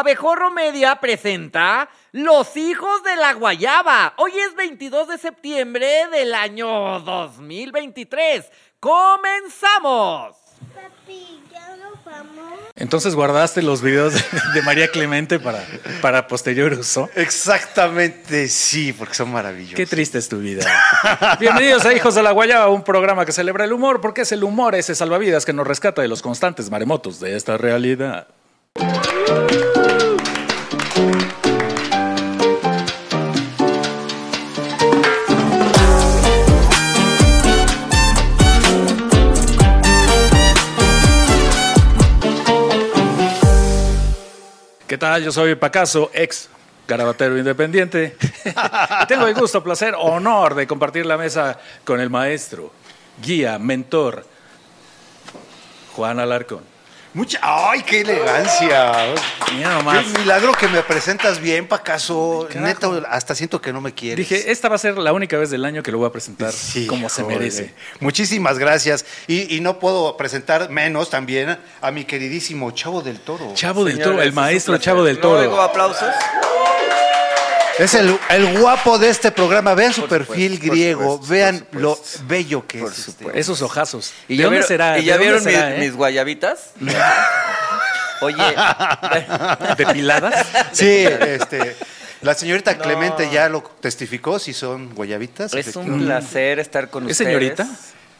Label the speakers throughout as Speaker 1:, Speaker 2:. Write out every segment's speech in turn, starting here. Speaker 1: Abejorro Media presenta Los Hijos de la Guayaba. Hoy es 22 de septiembre del año 2023. ¡Comenzamos!
Speaker 2: Papi, ya nos vamos.
Speaker 3: Entonces guardaste los videos de, de María Clemente para, para posterior uso.
Speaker 4: Exactamente, sí, porque son maravillosos.
Speaker 3: Qué triste es tu vida. Bienvenidos a Hijos de la Guayaba, un programa que celebra el humor, porque es el humor ese salvavidas que nos rescata de los constantes maremotos de esta realidad. ¿Qué tal? Yo soy Pacaso, ex garabatero independiente. Y Tengo el gusto, placer, honor de compartir la mesa con el maestro, guía, mentor, Juan Alarcón.
Speaker 4: Mucha, ¡Ay, qué elegancia!
Speaker 3: Mira nomás.
Speaker 4: Qué milagro que me presentas bien, Pacaso. Neta,
Speaker 3: Carajo.
Speaker 4: hasta siento que no me quieres.
Speaker 3: Dije, esta va a ser la única vez del año que lo voy a presentar
Speaker 4: Sí,
Speaker 3: como se
Speaker 4: joder.
Speaker 3: merece.
Speaker 4: Muchísimas gracias. Y, y no puedo presentar menos también a mi queridísimo Chavo del Toro.
Speaker 3: Chavo del Toro,
Speaker 5: Señores,
Speaker 3: el
Speaker 5: es un
Speaker 3: maestro
Speaker 5: placer.
Speaker 3: Chavo del
Speaker 5: No oigo
Speaker 3: Toro.
Speaker 5: aplausos.
Speaker 4: Es el, el guapo de este programa. Vean su
Speaker 5: Por
Speaker 4: perfil
Speaker 5: supuesto, por
Speaker 4: griego.
Speaker 5: supuesto,
Speaker 4: Vean
Speaker 5: por
Speaker 4: lo
Speaker 5: supuesto.
Speaker 4: bello que
Speaker 5: Por
Speaker 4: es. este.
Speaker 5: supuesto.
Speaker 3: Esos ojazos. ¿De
Speaker 5: ¿Y ya
Speaker 3: dónde
Speaker 5: vieron-
Speaker 3: será?
Speaker 5: ¿Y ya
Speaker 3: ¿De dónde
Speaker 5: vieron
Speaker 3: será,
Speaker 5: mis,
Speaker 3: eh?
Speaker 5: mis guayabitas? Oye,
Speaker 3: eh? ¿Depiladas?
Speaker 4: Sí, este, la señorita
Speaker 5: No.
Speaker 4: Clemente ya lo testificó, si son guayabitas.
Speaker 5: es un
Speaker 4: efectivamente.
Speaker 5: placer estar con
Speaker 3: ¿Es
Speaker 5: ustedes.
Speaker 3: señorita?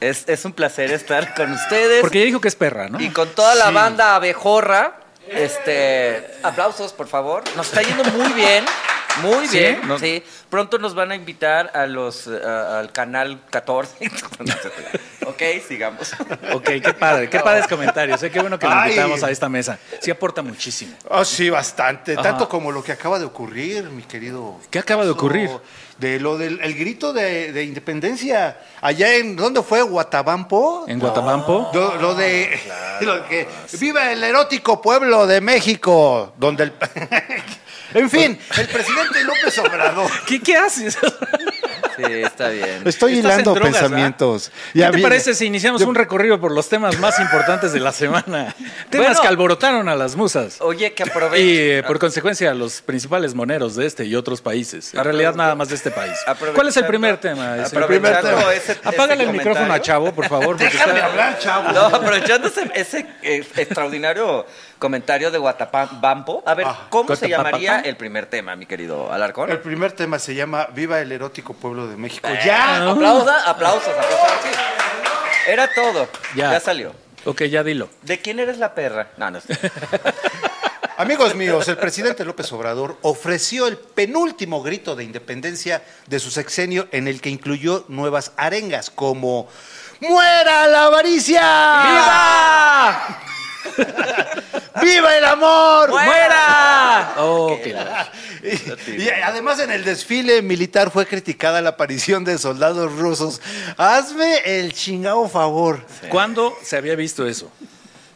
Speaker 5: Es, es un placer estar con ustedes.
Speaker 3: Porque ya dijo que es perra, ¿no?
Speaker 5: Y con toda la
Speaker 4: Sí.
Speaker 5: banda abejorra. Este, aplausos, por favor. Nos está yendo muy bien. Muy
Speaker 3: ¿Sí?
Speaker 5: bien,
Speaker 3: No-
Speaker 5: sí. Pronto nos van a invitar a los a- al canal 14. ok, sigamos.
Speaker 3: Ok, qué padre, qué padres comentarios. eh, Qué bueno que lo
Speaker 4: Ay.
Speaker 3: invitamos a esta mesa. Sí aporta muchísimo.
Speaker 4: Oh, sí, bastante.
Speaker 3: Ajá.
Speaker 4: Tanto como lo que acaba de ocurrir, mi querido.
Speaker 3: ¿Qué acaba de
Speaker 4: Eso,
Speaker 3: ocurrir?
Speaker 4: De lo del el grito de, de independencia. Allá en. ¿Dónde fue? ¿Guatabampo?
Speaker 3: En Guatamampo.
Speaker 4: Do- lo de. lo que, ¡Viva el erótico pueblo de México! Donde el. en fin,
Speaker 3: Pues-
Speaker 4: el presidente López Obrador.
Speaker 3: ¿Qué, qué haces?
Speaker 5: Sí, está bien.
Speaker 4: Estoy
Speaker 3: Estás
Speaker 4: hilando
Speaker 3: en drogas, ¿ah?
Speaker 4: pensamientos.
Speaker 3: ¿Qué
Speaker 4: Ya
Speaker 3: te
Speaker 4: viene.
Speaker 3: parece si iniciamos un recorrido por los temas más importantes de la semana? Temas
Speaker 5: Bueno.
Speaker 3: que alborotaron a las musas.
Speaker 5: Oye, que
Speaker 3: Y
Speaker 5: aproveche.
Speaker 3: eh, por consecuencia, los principales moneros de este y otros países. En
Speaker 5: Aprove-
Speaker 3: realidad, nada más de este país.
Speaker 5: Aprovechando-
Speaker 3: ¿Cuál es el primer tema? señor?
Speaker 5: aprovechando
Speaker 4: El primer tema.
Speaker 5: ese- ese
Speaker 3: Apágale el
Speaker 5: comentario.
Speaker 3: micrófono a Chavo, por favor. porque
Speaker 4: Déjame
Speaker 3: está-
Speaker 4: hablar, chavo.
Speaker 5: No, aprovechando ese, ese, eh, extraordinario comentario de Guatapampo, a ver,
Speaker 4: Ah,
Speaker 5: ¿cómo se
Speaker 3: Guatapampa.
Speaker 5: llamaría el primer tema, mi querido Alarcón?
Speaker 4: El primer tema se llama Viva el erótico pueblo de México.
Speaker 5: Ya,
Speaker 3: Ah.
Speaker 5: aplauda, aplausos, aplausos. sí. Era todo.
Speaker 3: Ya.
Speaker 5: Ya. salió.
Speaker 3: Ok, ya dilo.
Speaker 5: ¿De quién eres la perra? No, no. sé.
Speaker 4: Amigos míos, el presidente López Obrador ofreció el penúltimo grito de independencia de su sexenio en el que incluyó nuevas arengas como ¡Muera la avaricia!
Speaker 3: ¡Viva!
Speaker 4: ¡Viva el amor!
Speaker 3: ¡Muera! Oh, qué la-
Speaker 4: Y, y además en el desfile militar fue criticada la aparición de soldados rusos. Hazme el chingado favor.
Speaker 3: ¿Cuándo se había visto eso?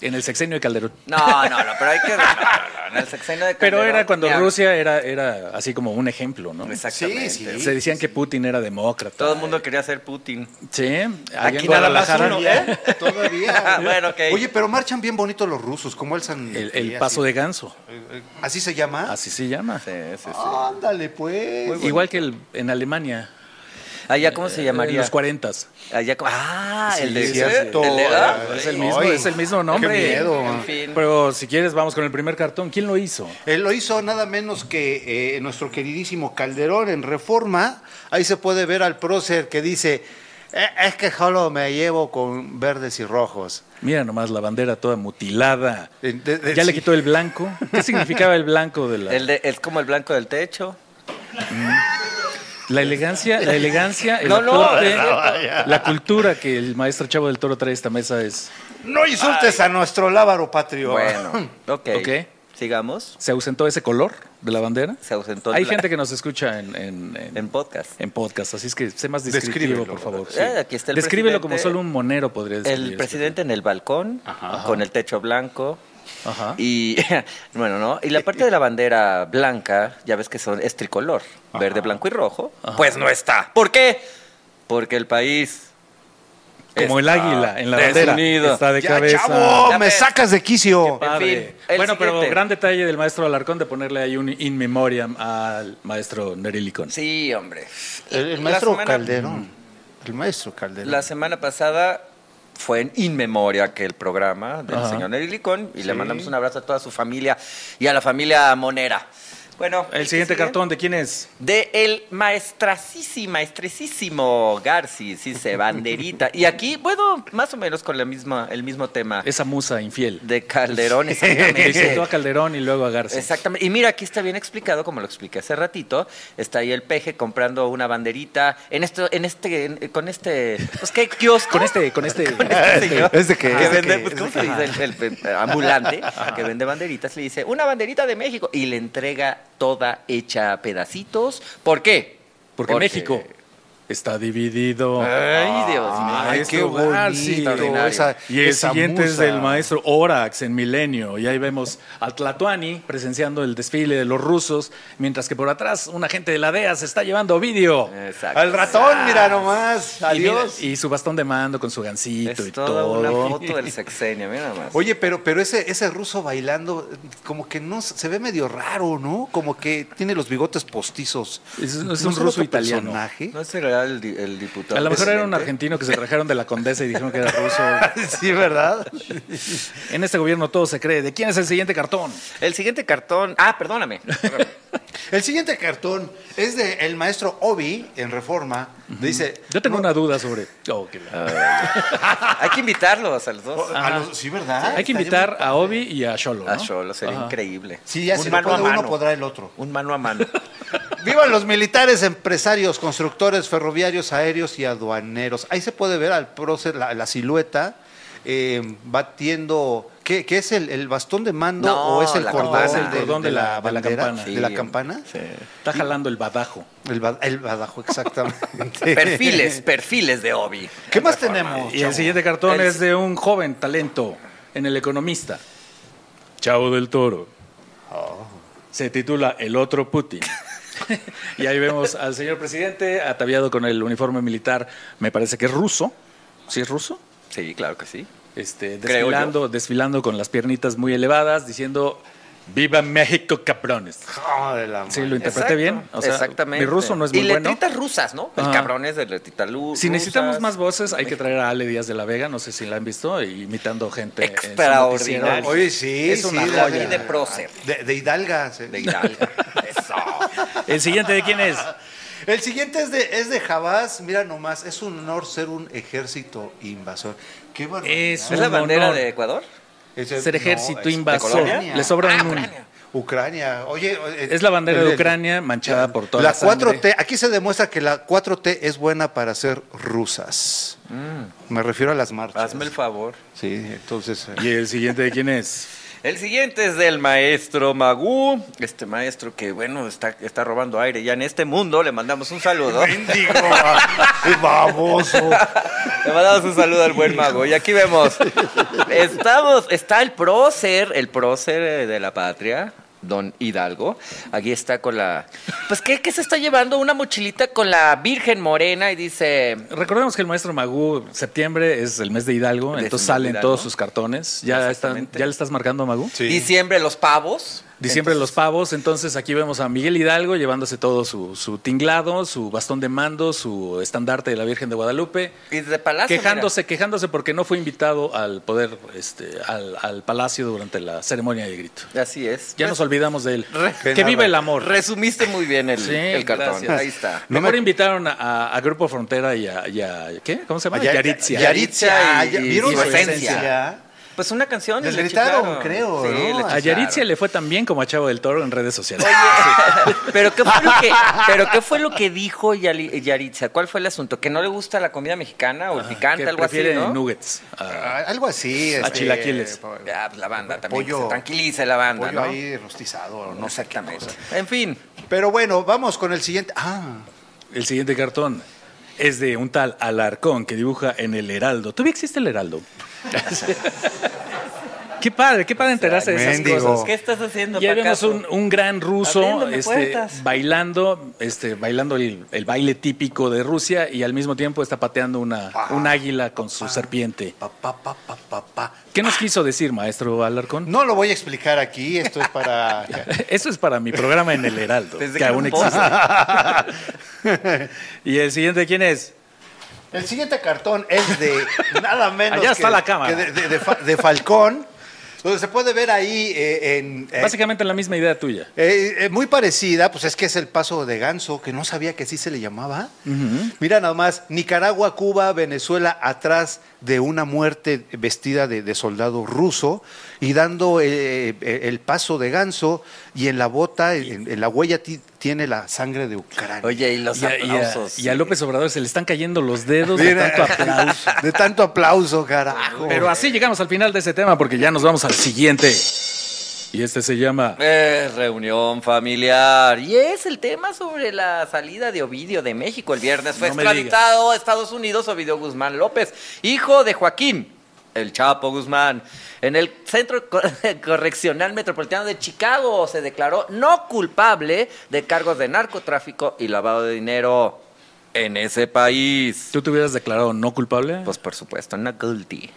Speaker 3: En el sexenio de Calderón.
Speaker 5: No, no, no, pero hay que. no, no, no, en el sexenio de
Speaker 3: Pero
Speaker 5: Calderón,
Speaker 3: era cuando
Speaker 5: ni hab-
Speaker 3: Rusia era, era así como un ejemplo, ¿no?
Speaker 5: Exactamente.
Speaker 4: Sí, sí.
Speaker 3: Se decían que Putin era demócrata.
Speaker 5: Todo el mundo quería ser Putin.
Speaker 3: Sí, allá en
Speaker 5: Aquí nada más
Speaker 3: Guadalajara.
Speaker 5: uno, ¿eh?
Speaker 4: Todavía, Todavía.
Speaker 5: Bueno, ok.
Speaker 4: Oye, pero marchan bien bonito los rusos, como el San...
Speaker 3: El, el paso de ganso,
Speaker 4: ¿Así se llama?
Speaker 3: así se llama.
Speaker 5: Ah. Sí, sí, sí.
Speaker 4: Ándale, pues.
Speaker 3: Igual que el- en Alemania,
Speaker 5: Allá, ¿cómo se
Speaker 3: en
Speaker 5: llamaría?
Speaker 3: los 40
Speaker 5: Allá, ¿cómo? Ah, el de.
Speaker 4: es cierto.
Speaker 5: el de edad.
Speaker 3: Es el mismo,
Speaker 4: Ay,
Speaker 3: es el mismo nombre.
Speaker 4: Qué miedo.
Speaker 5: En fin.
Speaker 3: Pero si quieres, vamos con el primer cartón. ¿Quién lo hizo?
Speaker 4: Él lo hizo nada menos que eh, nuestro queridísimo Calderón en Reforma. Ahí se puede ver al prócer que dice, "Eh, es que solo me llevo con verdes y rojos.
Speaker 3: Mira nomás la bandera toda mutilada.
Speaker 4: Eh, de- de-
Speaker 3: Ya le
Speaker 4: sí.
Speaker 3: quitó el blanco. ¿Qué significaba el blanco de la,
Speaker 5: El de- es como el blanco del techo.
Speaker 3: la elegancia? La elegancia, el
Speaker 5: No, no,
Speaker 3: porte,
Speaker 5: no,
Speaker 3: la cultura que el maestro Chavo del Toro trae a esta mesa es
Speaker 4: No insultes a nuestro lábaro patrio.
Speaker 5: Bueno, ok.
Speaker 3: Ok.
Speaker 5: Sigamos.
Speaker 3: ¿Se ausentó ese color de la bandera?
Speaker 5: Se ausentó
Speaker 3: Hay
Speaker 5: la-
Speaker 3: gente que Eh, nos escucha en, en- en-
Speaker 5: En podcast.
Speaker 3: en podcast, así es que sé más descriptivo,
Speaker 4: Descríbelo,
Speaker 3: por favor.
Speaker 5: sí. Eh, aquí está el
Speaker 3: Descríbelo
Speaker 5: presidente.
Speaker 3: como solo un monero podría describir.
Speaker 5: El presidente en el balcón, con el techo blanco.
Speaker 3: Ajá.
Speaker 5: Y bueno, ¿no? Y la parte de la bandera blanca, ya ves que son, es tricolor, verde, blanco y rojo. Pues no está. ¿Por qué? Porque el país
Speaker 3: Como el águila en la bandera.
Speaker 5: desunido.
Speaker 3: Está de
Speaker 4: Ya,
Speaker 3: cabeza.
Speaker 4: chavo,
Speaker 5: Ya
Speaker 4: me
Speaker 5: ves.
Speaker 4: sacas de quicio.
Speaker 5: En
Speaker 3: Padre.
Speaker 5: fin, el
Speaker 3: bueno, pero
Speaker 5: siguiente.
Speaker 3: gran detalle del maestro Alarcón de ponerle ahí un in memoriam al maestro Nerilicón.
Speaker 5: Sí, hombre.
Speaker 4: El, el
Speaker 5: La
Speaker 4: maestro
Speaker 5: semana-
Speaker 4: Calderón. El maestro Calderón.
Speaker 5: La semana pasada fue en In Memoria que el programa del
Speaker 3: Ajá.
Speaker 5: señor Nerilicón y le mandamos un abrazo a toda su familia y a la familia Monera. Bueno,
Speaker 3: El siguiente cartón, ¿de quién es?
Speaker 5: De el maestrasísimo, maestresísimo Garci, sí, se banderita. Y aquí, bueno, más o menos con la misma, el mismo tema
Speaker 3: Esa musa infiel.
Speaker 5: de Calderón,
Speaker 3: Que citó a
Speaker 5: exactamente.
Speaker 3: Calderón y luego a Garza.
Speaker 5: Exactamente. Y mira, aquí está bien explicado, como lo expliqué hace ratito. Está ahí el peje comprando una banderita en esto, en este, en- con este, pues qué kiosco.
Speaker 3: Con este, con este.
Speaker 5: Este señor
Speaker 4: ¿Es de qué? ¿Es de
Speaker 5: vende,
Speaker 4: qué?
Speaker 5: pues,
Speaker 4: ¿Es
Speaker 5: ¿cómo
Speaker 4: de
Speaker 5: se dice? El, el- el ambulante que vende banderitas le dice, una banderita de México. Y le entrega toda hecha a pedacitos. ¿Por qué?
Speaker 3: Porque México está dividido.
Speaker 4: Ah.
Speaker 5: Ay, Dios
Speaker 4: Ay,
Speaker 5: mío.
Speaker 4: qué
Speaker 3: Maestro Garci,
Speaker 4: bonito.
Speaker 5: extraordinario.
Speaker 4: Esa,
Speaker 3: Y el
Speaker 4: esa
Speaker 3: siguiente es
Speaker 4: musa.
Speaker 3: del maestro Orax en Milenio. Y ahí vemos a Tlatuani presenciando el desfile de los rusos, mientras que por atrás un agente de la DEA se está llevando vídeo.
Speaker 5: Exacto.
Speaker 4: Al ratón, mira nomás.
Speaker 3: Y mira-
Speaker 4: Adiós.
Speaker 3: Y, su bastón de mando con su gancito y
Speaker 5: Es toda
Speaker 3: todo.
Speaker 5: una foto del sexenio, mira nomás.
Speaker 4: Oye, pero, pero ese, ese ruso bailando, eh, como que no se ve medio raro, ¿no? Como que tiene los bigotes postizos.
Speaker 3: Es- es
Speaker 4: ¿No
Speaker 3: un
Speaker 4: será
Speaker 3: ruso
Speaker 4: otro
Speaker 3: italiano.
Speaker 4: personaje?
Speaker 5: ¿No será el, di- el diputado?
Speaker 3: A lo mejor era un
Speaker 5: presidente?
Speaker 3: argentino que se trajeron de la condesa y dijeron que era ruso.
Speaker 4: Sí, ¿verdad?
Speaker 3: En este gobierno todo se cree. ¿De quién es el siguiente cartón?
Speaker 5: El siguiente cartón. Ah, perdóname.
Speaker 4: El siguiente cartón es del el maestro Obi en Reforma. Dice.
Speaker 3: Yo tengo
Speaker 4: no,
Speaker 3: una duda sobre. Oh, que la-
Speaker 5: Hay que invitarlos a los dos.
Speaker 4: a los- sí, ¿verdad?
Speaker 3: Hay que invitar a Obi y a Sholo. ¿no?
Speaker 5: A Cholo, sería
Speaker 3: Ajá.
Speaker 5: increíble.
Speaker 4: Sí, ya
Speaker 5: Un
Speaker 4: si lo
Speaker 5: mano a
Speaker 4: puede uno,
Speaker 5: mano.
Speaker 4: podrá el otro.
Speaker 5: Un mano a mano.
Speaker 4: Vivan los militares, empresarios, constructores, ferroviarios, aéreos y aduaneros. Ahí se puede ver al prócer la, la silueta eh, batiendo. ¿Qué, qué es el, el bastón de mando
Speaker 5: No,
Speaker 4: o es el
Speaker 5: la
Speaker 4: cordón,
Speaker 5: campana. Es
Speaker 4: del-
Speaker 5: el
Speaker 3: cordón de la- de la
Speaker 4: bandera?
Speaker 3: campana.
Speaker 4: ¿De la campana?
Speaker 5: Sí.
Speaker 3: Está jalando el badajo.
Speaker 4: El, ba- el badajo, exactamente.
Speaker 5: Perfiles, perfiles de Obi.
Speaker 4: ¿Qué más tenemos?
Speaker 3: Y
Speaker 4: chavo?
Speaker 3: el siguiente cartón
Speaker 5: El-
Speaker 3: es de un joven talento en El Economista. Chavo del Toro. Se titula El otro Putin. y ahí vemos al señor presidente ataviado con el uniforme militar, me parece que es ruso. ¿Sí es ruso?
Speaker 5: Sí, claro que sí.
Speaker 3: Este,
Speaker 5: Creo
Speaker 3: desfilando, desfilando con las piernitas muy elevadas, diciendo Viva México, cabrones.
Speaker 4: Ah, de la
Speaker 3: Sí,
Speaker 4: madre.
Speaker 3: lo interpreté
Speaker 5: Exacto,
Speaker 3: bien. O sea,
Speaker 5: Exactamente.
Speaker 3: Mi ruso no es muy
Speaker 5: y
Speaker 3: bueno.
Speaker 5: letritas rusas, ¿no? El
Speaker 3: Ajá.
Speaker 5: cabrón es de letrita lu-
Speaker 3: Si necesitamos
Speaker 5: rusas.
Speaker 3: más voces, hay que traer a Ale Díaz de la Vega, no sé si la han visto, y imitando gente. en su
Speaker 5: Extraordinario.
Speaker 3: noticiero.
Speaker 4: Oye, sí.
Speaker 3: Es una
Speaker 4: sí,
Speaker 5: joya.
Speaker 4: la-
Speaker 5: de prócer.
Speaker 4: De, de Hidalga. sí.
Speaker 5: De Hidalgo. Eso.
Speaker 3: El siguiente de quién es?
Speaker 4: El siguiente es de, es de Jabás. Mira nomás, es un honor ser un ejército invasor. Qué barbaridad.
Speaker 3: Es
Speaker 5: ¿Es la
Speaker 3: Un
Speaker 5: bandera
Speaker 3: honor.
Speaker 5: de Ecuador?
Speaker 4: Es el-
Speaker 3: Ser
Speaker 4: no,
Speaker 3: ejército
Speaker 4: es-
Speaker 3: invasor.
Speaker 5: Colombia?
Speaker 3: Le sobran
Speaker 5: Ah,
Speaker 3: un.
Speaker 5: Ucrania.
Speaker 4: Ucrania. Oye, eh,
Speaker 3: Es la bandera
Speaker 4: el-
Speaker 3: de
Speaker 4: el-
Speaker 3: Ucrania manchada por toda la,
Speaker 4: la
Speaker 3: sangre.
Speaker 4: 4T, aquí se demuestra que la 4T es buena para ser rusas.
Speaker 3: Mm.
Speaker 4: Me refiero a las marchas.
Speaker 5: Hazme el favor.
Speaker 4: Sí, entonces. eh,
Speaker 3: ¿Y el siguiente de quién es?
Speaker 5: El siguiente es del maestro Magú, este maestro que, bueno, está, está robando aire ya en este mundo. Le mandamos un saludo.
Speaker 4: Mendigo, va- baboso.
Speaker 5: Le mandamos un saludo al buen mago. Y aquí vemos. Estamos, está el prócer, el prócer eh, de la patria, don Hidalgo. Aquí está con la. Pues, ¿qué, qué se está llevando? Una mochilita con la Virgen Morena y dice.
Speaker 3: Recordemos que el maestro Magú, septiembre es el mes de Hidalgo,
Speaker 5: Es el mes
Speaker 3: entonces
Speaker 5: de
Speaker 3: salen
Speaker 5: Hidalgo.
Speaker 3: todos sus cartones. ¿Ya, están-
Speaker 5: Exactamente.
Speaker 3: ¿ya le estás marcando a Magú?
Speaker 4: Sí.
Speaker 5: Diciembre los pavos.
Speaker 3: Diciembre de los pavos, entonces aquí vemos a Miguel Hidalgo llevándose todo su, su tinglado, su bastón de mando, su estandarte de la Virgen de Guadalupe,
Speaker 5: Y desde Palacio. mira.
Speaker 3: quejándose, quejándose porque no fue invitado al poder, este, al, al palacio durante la ceremonia de grito.
Speaker 5: Así es.
Speaker 3: Ya
Speaker 5: Pues,
Speaker 3: nos olvidamos de él.
Speaker 4: Qué
Speaker 3: que
Speaker 4: nada.
Speaker 3: viva el amor.
Speaker 5: Resumiste muy bien el,
Speaker 3: Sí,
Speaker 5: el cartón.
Speaker 3: gracias.
Speaker 5: Ahí está.
Speaker 4: No
Speaker 3: Mejor
Speaker 4: me-
Speaker 3: invitaron a, a- a Grupo Frontera y a, y a- ¿qué? ¿Cómo se llama?
Speaker 4: Ah, Ya-
Speaker 3: Yaritzia.
Speaker 4: Yaritza.
Speaker 5: Yaritza y-
Speaker 4: ¿Vieron
Speaker 5: y
Speaker 4: su
Speaker 5: su esencia.
Speaker 4: esencia?
Speaker 5: Pues una canción. y
Speaker 4: Les
Speaker 5: le
Speaker 4: gritaron,
Speaker 5: chiflaron.
Speaker 4: creo,
Speaker 5: Sí,
Speaker 4: ¿no?
Speaker 5: le
Speaker 4: A
Speaker 5: chiflaron.
Speaker 3: A Yaritza le fue tan bien como a Chavo del Toro en redes sociales.
Speaker 5: ¿Pero qué fue lo que, pero qué fue lo que dijo Yali- Yaritza? ¿Cuál fue el asunto? ¿Que no le gusta la comida mexicana o el picante,
Speaker 3: que
Speaker 5: algo así,
Speaker 3: prefiere
Speaker 5: ¿no?
Speaker 3: nuggets. Ah,
Speaker 4: Ah, Algo así.
Speaker 3: A chilaquiles.
Speaker 4: pa-
Speaker 5: Ah, pues la banda también. que
Speaker 4: eh, Pollo-
Speaker 5: se tranquilice la banda,
Speaker 4: pollo
Speaker 5: ¿no?
Speaker 4: ahí rostizado, no sé qué
Speaker 5: Exactamente.
Speaker 4: cosa.
Speaker 5: En fin,
Speaker 4: Pero bueno, vamos con el siguiente. Ah,
Speaker 3: el siguiente cartón es de un tal Alarcón que dibuja en El Heraldo. ¿Todavía existe El Heraldo? Qué padre, qué padre enterarse de esas
Speaker 4: mendigo.
Speaker 3: cosas.
Speaker 5: ¿Qué estás haciendo,
Speaker 3: Y ahí vemos
Speaker 5: Pacaso?
Speaker 3: un, un gran ruso
Speaker 5: Abriéndome
Speaker 3: este,
Speaker 5: puertas.
Speaker 3: bailando, este, bailando el, el baile típico de Rusia y al mismo tiempo está pateando una, un águila con su serpiente.
Speaker 4: Pa, pa, pa, pa, pa, pa.
Speaker 3: ¿Qué nos quiso decir, maestro Alarcón?
Speaker 4: No lo voy a explicar aquí, esto es para...
Speaker 3: Eso es para mi programa en el Heraldo,
Speaker 5: Pensé
Speaker 3: que,
Speaker 5: que era
Speaker 3: aún
Speaker 5: un postre.
Speaker 3: existe. y el siguiente, ¿quién es?
Speaker 4: El siguiente cartón es de nada menos
Speaker 3: Allá está
Speaker 4: que-
Speaker 3: la cámara.
Speaker 4: que de, de- de Fa- de Falcón, donde se puede ver ahí eh, en... eh,
Speaker 3: Básicamente la misma idea tuya.
Speaker 4: Eh, eh, muy parecida, pues es que es el paso de ganso, que no sabía que así se le llamaba. Mira nada más, Nicaragua, Cuba, Venezuela, atrás de una muerte vestida de, de soldado ruso y dando eh, eh, el paso de ganso y en la bota, en, en la huella ti- tiene la sangre de Ucrania.
Speaker 5: Oye, y los
Speaker 3: Y a, y a-
Speaker 5: aplausos.
Speaker 3: y a López Obrador se le están cayendo los dedos de
Speaker 4: Mira,
Speaker 3: tanto aplauso.
Speaker 4: de tanto aplauso, carajo.
Speaker 3: Pero así llegamos al final de este tema porque ya nos vamos al siguiente. Y este se llama
Speaker 5: Eh, reunión familiar. Y es el tema sobre la salida de Ovidio de México el viernes. Fue
Speaker 3: No me
Speaker 5: extraditado a Estados Unidos Ovidio Guzmán López, hijo de Joaquín, el Chapo Guzmán. En el Centro Cor- Correccional Metropolitano de Chicago se declaró no culpable de cargos de narcotráfico y lavado de dinero en ese país.
Speaker 3: ¿Tú te hubieras declarado no culpable?
Speaker 5: Pues por supuesto, no guilty.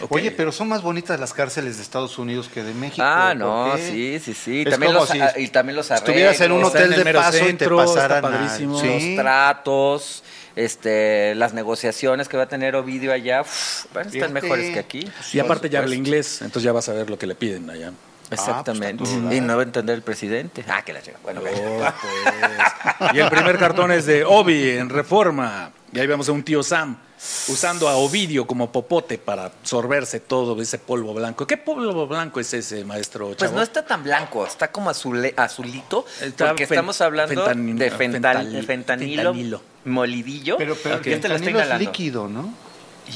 Speaker 3: Ok.
Speaker 4: Oye, pero son más bonitas las cárceles de Estados Unidos que de México.
Speaker 5: Ah,
Speaker 4: ¿por
Speaker 5: no,
Speaker 4: qué?
Speaker 5: sí, sí, sí.
Speaker 4: Es
Speaker 5: También
Speaker 4: como
Speaker 5: los,
Speaker 4: si
Speaker 5: a- y también los
Speaker 4: Estuvieras en un
Speaker 5: arreglos,
Speaker 3: Está en
Speaker 4: hotel
Speaker 3: el
Speaker 4: de
Speaker 3: mero
Speaker 4: paso
Speaker 3: centro,
Speaker 4: y te
Speaker 3: está
Speaker 4: pasaran a-
Speaker 3: padrísimo.
Speaker 4: Sí.
Speaker 5: los tratos, este, las negociaciones que va a tener Ovidio allá, uf, van a estar
Speaker 4: Fíjate. Ah,
Speaker 5: mejores que aquí.
Speaker 3: y aparte ya habla inglés, entonces ya vas a ver lo que le piden allá.
Speaker 5: Exactamente.
Speaker 4: Ah, pues, está todo
Speaker 5: y no va a entender el presidente. Ah, que la chica.
Speaker 4: Oh,
Speaker 5: Bueno, ok.
Speaker 4: pues.
Speaker 3: Y el primer cartón es de Obi en Reforma. Y ahí vemos a un tío Sam usando a Ovidio como popote para sorberse todo ese polvo blanco. ¿Qué polvo blanco es ese, maestro
Speaker 5: Pues
Speaker 3: Chavo?
Speaker 5: no está tan blanco, está como azule- azulito,
Speaker 3: Está
Speaker 5: porque
Speaker 3: fen-
Speaker 5: estamos hablando
Speaker 3: fentanil-
Speaker 5: de fentan-
Speaker 3: fentanil-
Speaker 5: fentanilo,
Speaker 3: fentanilo.
Speaker 5: molidillo.
Speaker 4: Pero, pero
Speaker 5: Yo te
Speaker 4: el
Speaker 5: lo estoy
Speaker 4: fentanilo es
Speaker 5: inhalando.
Speaker 4: líquido, ¿no?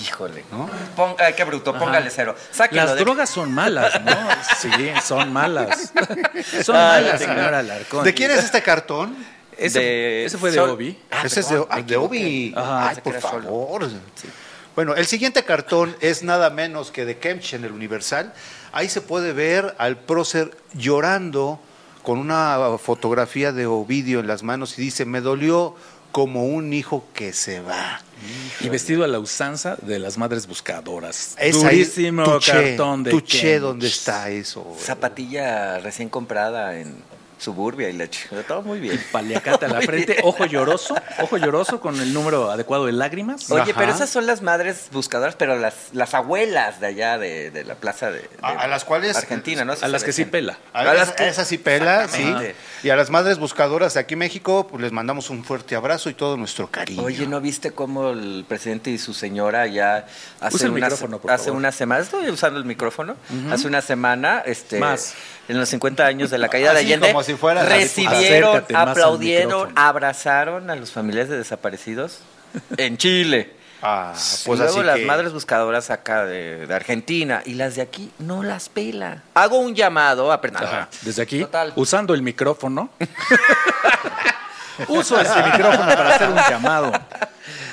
Speaker 5: Híjole.
Speaker 4: ¿No?
Speaker 5: Ponga- ay, qué bruto, póngale cero. Sáquenlo
Speaker 3: Las
Speaker 5: de-
Speaker 3: drogas son malas, ¿no? Sí, son malas. Son
Speaker 5: Ay,
Speaker 3: malas,
Speaker 5: señora.
Speaker 3: señora Alarcón.
Speaker 4: Ah, ¿De quién es este cartón?
Speaker 3: Ese,
Speaker 5: de-
Speaker 3: ese fue de
Speaker 5: son-
Speaker 3: Obi.
Speaker 4: Ese es de, ah, de Obi.
Speaker 3: Ajá.
Speaker 4: Ay,
Speaker 5: Se
Speaker 4: por
Speaker 5: queda solo.
Speaker 4: favor. Bueno, el siguiente cartón es nada menos que de Kemch en el Universal. Ahí se puede ver al prócer llorando con una fotografía de Ovidio en las manos y dice, me dolió como un hijo que se va.
Speaker 3: Y vestido a la usanza de las madres buscadoras.
Speaker 4: Es ahí,
Speaker 3: Durísimo
Speaker 4: Tuché,
Speaker 3: cartón de
Speaker 4: Tuché,
Speaker 3: Ken.
Speaker 4: ¿dónde está eso?
Speaker 5: Zapatilla recién comprada en suburbia y la chica. Todo muy bien.
Speaker 3: Paliacate a la frente, ojo lloroso, ojo lloroso con el número adecuado de lágrimas.
Speaker 5: Oye, pero
Speaker 4: Ajá.
Speaker 5: esas son las madres buscadoras, pero las, las abuelas de allá de, de la plaza de, de
Speaker 4: A- a las cuales-
Speaker 5: Argentina, ¿no?
Speaker 3: a las que sí pela.
Speaker 4: A,
Speaker 5: A las
Speaker 4: esas-
Speaker 5: que-
Speaker 4: esas sí pela, sí.
Speaker 5: Exactamente.
Speaker 4: Y a las madres buscadoras de aquí México, pues les mandamos un fuerte abrazo y todo nuestro cariño.
Speaker 5: Oye, ¿no viste cómo el presidente y su señora ya hace,
Speaker 3: Usa el
Speaker 5: una,
Speaker 3: micrófono, por
Speaker 5: hace
Speaker 3: favor.
Speaker 5: una semana, estoy usando el micrófono, hace una semana, este,
Speaker 3: Más.
Speaker 5: en los 50 años de la caída de
Speaker 4: Así
Speaker 5: Allende,
Speaker 4: como si fuera la
Speaker 5: recibieron,
Speaker 3: Acércate más al
Speaker 5: aplaudieron,
Speaker 3: micrófono.
Speaker 5: abrazaron a los familiares de desaparecidos en Chile.
Speaker 4: Ah,
Speaker 5: y
Speaker 4: pues
Speaker 5: luego
Speaker 4: así
Speaker 5: las
Speaker 4: que-
Speaker 5: madres buscadoras acá de, de Argentina y las de aquí no las pela. Hago un llamado a Pernambuco.
Speaker 3: Ajá. Desde aquí,
Speaker 5: Total.
Speaker 3: usando el micrófono. Uso este micrófono para hacer un llamado.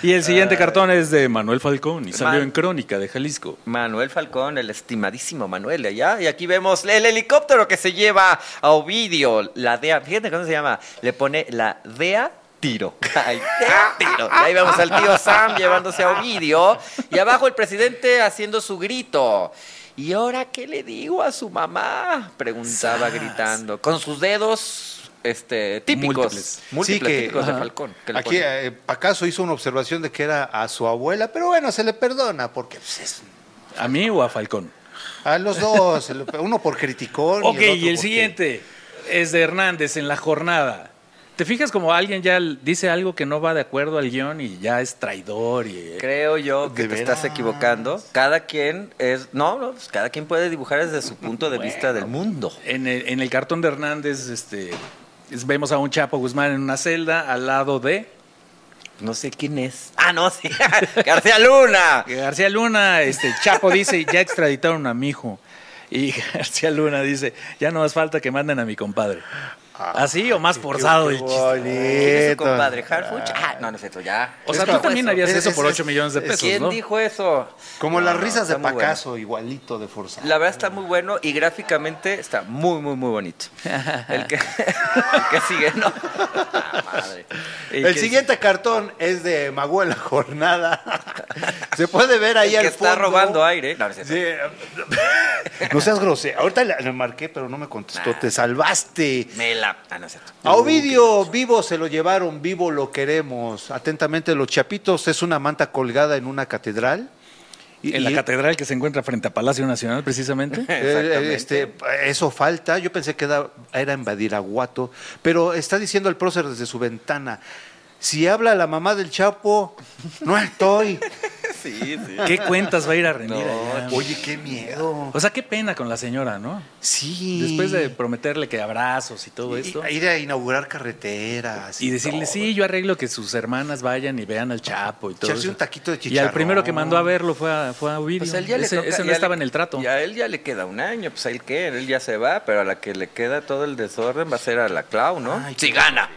Speaker 3: Y el siguiente cartón es de Manuel Falcón y salió
Speaker 5: Man-
Speaker 3: en Crónica de Jalisco.
Speaker 5: Manuel Falcón, el estimadísimo Manuel de allá. Y aquí vemos el helicóptero que se lleva a Ovidio. La DEA, fíjate cómo se llama. Le pone la DEA tiro. Ay, DEA tiro. Y ahí vemos al tío Sam llevándose a Ovidio. Y abajo el presidente haciendo su grito. ¿Y ahora qué le digo a su mamá? Preguntaba
Speaker 3: Sas.
Speaker 5: gritando. Con sus dedos este, típicos.
Speaker 3: Múltiples.
Speaker 5: Múltiples.
Speaker 4: Sí, que-
Speaker 5: típicos de
Speaker 3: Ajá.
Speaker 5: Falcón. que le
Speaker 4: Aquí
Speaker 5: pone.
Speaker 4: eh, Pacaso hizo una observación de que era a su abuela, pero bueno, se le perdona porque pues, es-
Speaker 3: ¿A mí o a Falcón?
Speaker 4: a los dos, se le pe- uno por criticón.
Speaker 3: Ok,
Speaker 4: y el, otro
Speaker 3: y el
Speaker 4: porque-
Speaker 3: siguiente es de Hernández en la jornada. ¿Te fijas como alguien ya l- dice algo que no va de acuerdo al guión y ya es traidor? Y, eh,
Speaker 5: Creo yo que
Speaker 4: ¿De
Speaker 5: te
Speaker 4: veras?
Speaker 5: estás equivocando. Cada quien es. No, no, pues cada quien puede dibujar desde su punto de vista del mundo.
Speaker 3: En, el, en el cartón de Hernández este, es- vemos a un Chapo Guzmán en una celda al lado de
Speaker 5: No sé quién es. Ah, no, sí. García Luna.
Speaker 3: García Luna. Este, Chapo dice, ya extraditaron a mi hijo. Y García Luna dice, ya no más falta que manden a mi compadre.
Speaker 5: Ah,
Speaker 3: Así o más forzado el chiste.
Speaker 5: ¿Quién es su
Speaker 4: Bonito.
Speaker 5: compadre? ¿Harfuch? Ah, no, no es cierto, ya.
Speaker 3: O sea,
Speaker 5: ¿Quién
Speaker 3: tú
Speaker 5: dijo
Speaker 3: también
Speaker 5: eso?
Speaker 3: harías
Speaker 4: Es-
Speaker 3: eso
Speaker 4: es-
Speaker 3: por
Speaker 4: es-
Speaker 3: 8 millones de
Speaker 4: es-
Speaker 3: pesos,
Speaker 5: ¿Quién
Speaker 3: ¿no?
Speaker 5: dijo eso?
Speaker 4: Como
Speaker 5: No,
Speaker 4: las
Speaker 5: no,
Speaker 4: risas de
Speaker 5: está muy bueno.
Speaker 4: Pacaso, igualito de forzado.
Speaker 5: La verdad está muy bueno y gráficamente está muy, muy, muy bonito. El que, el que sigue, no. Ah, madre. Y
Speaker 4: El
Speaker 5: que-
Speaker 4: siguiente cartón es de Magú en la jornada. Se puede ver ahí
Speaker 5: el
Speaker 4: al
Speaker 5: que está
Speaker 4: fondo.
Speaker 5: robando aire. No, no es cierto.
Speaker 4: Sí. No seas grosero. Ahorita le, le marqué, pero no me contestó. Te salvaste.
Speaker 5: Me la. Ah, no es cierto.
Speaker 4: A Ovidio vivo se lo llevaron, vivo lo queremos. Atentamente, los chapitos es una manta colgada en una catedral. Y-
Speaker 3: En la
Speaker 4: y-
Speaker 3: catedral que se encuentra frente a Palacio Nacional, precisamente.
Speaker 4: eh,
Speaker 5: Exactamente.
Speaker 4: este, eso falta. Yo pensé que era, era en Badiraguato, pero está diciendo el prócer desde su ventana. Si habla la mamá del Chapo, no estoy.
Speaker 5: Sí, sí.
Speaker 3: ¿Qué cuentas va a ir a rendir
Speaker 5: No,
Speaker 3: allá?
Speaker 4: Oye, qué miedo.
Speaker 3: O sea, qué pena con la señora, ¿no?
Speaker 4: Sí.
Speaker 3: Después de prometerle que abrazos y todo
Speaker 4: Y-
Speaker 3: esto.
Speaker 4: y- ir a inaugurar carreteras.
Speaker 3: Y decirle,
Speaker 4: todo.
Speaker 3: sí, yo arreglo que sus hermanas vayan y vean al Chapo y todo
Speaker 4: Echarse
Speaker 3: eso.
Speaker 4: un taquito de
Speaker 3: Y al primero que
Speaker 4: chicharrón.
Speaker 3: mandó a verlo fue a, fue a Ovidio.
Speaker 5: Pues a él ya le
Speaker 3: ese,
Speaker 5: toca-
Speaker 3: ese no
Speaker 5: ya
Speaker 3: estaba
Speaker 5: le-
Speaker 3: en el trato.
Speaker 5: Y a él ya le queda un año, pues a él qué, él ya se va, pero a la que le queda todo el desorden va a ser a la Clau, ¿no?
Speaker 4: Ay,
Speaker 5: sí
Speaker 4: qué
Speaker 5: gana.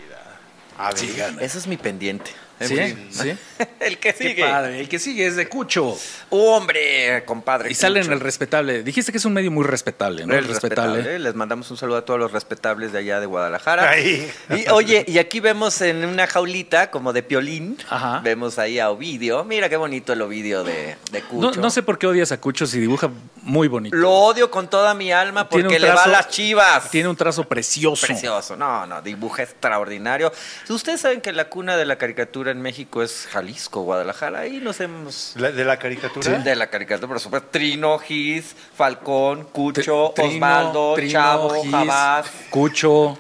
Speaker 4: A ver.
Speaker 5: Eso es mi pendiente. En
Speaker 3: ¿Sí?
Speaker 5: fin.
Speaker 3: ¿Sí?
Speaker 5: el que
Speaker 3: Qué
Speaker 5: eh, sigue. Uh,
Speaker 3: padre. El que sigue es de Cucho.
Speaker 5: Hombre, compadre.
Speaker 3: Y sale en
Speaker 5: Cucho.
Speaker 3: el respetable. Dijiste que es un medio muy respetable, ¿no?
Speaker 5: El respetable. eh, Les mandamos un saludo a todos los respetables de allá de Guadalajara.
Speaker 4: Ay.
Speaker 5: Y oye, y aquí vemos en una jaulita como de piolín.
Speaker 3: Ajá.
Speaker 5: Vemos ahí a Ovidio. Mira qué bonito el Ovidio de, de
Speaker 3: No,
Speaker 5: Cucho.
Speaker 3: no sé por qué odias a Cucho si dibuja muy bonito.
Speaker 5: Lo odio con toda mi alma
Speaker 3: Tiene
Speaker 5: porque
Speaker 3: un
Speaker 5: le va a
Speaker 3: trazo-
Speaker 5: las chivas.
Speaker 3: Tiene un trazo precioso.
Speaker 5: Precioso, no, no, dibuja extraordinario. Ustedes saben que la cuna de la caricatura en México es Jalisco, Guadalajara, ahí nos hemos...
Speaker 4: La- ¿De la caricatura?
Speaker 5: De la caricatura, por supuesto, Trino, Gis, Falcón, Cucho,
Speaker 3: Trino,
Speaker 5: Osvaldo,
Speaker 3: Trino,
Speaker 5: Chavo,
Speaker 3: Gis,
Speaker 5: Jabás,
Speaker 3: Cucho,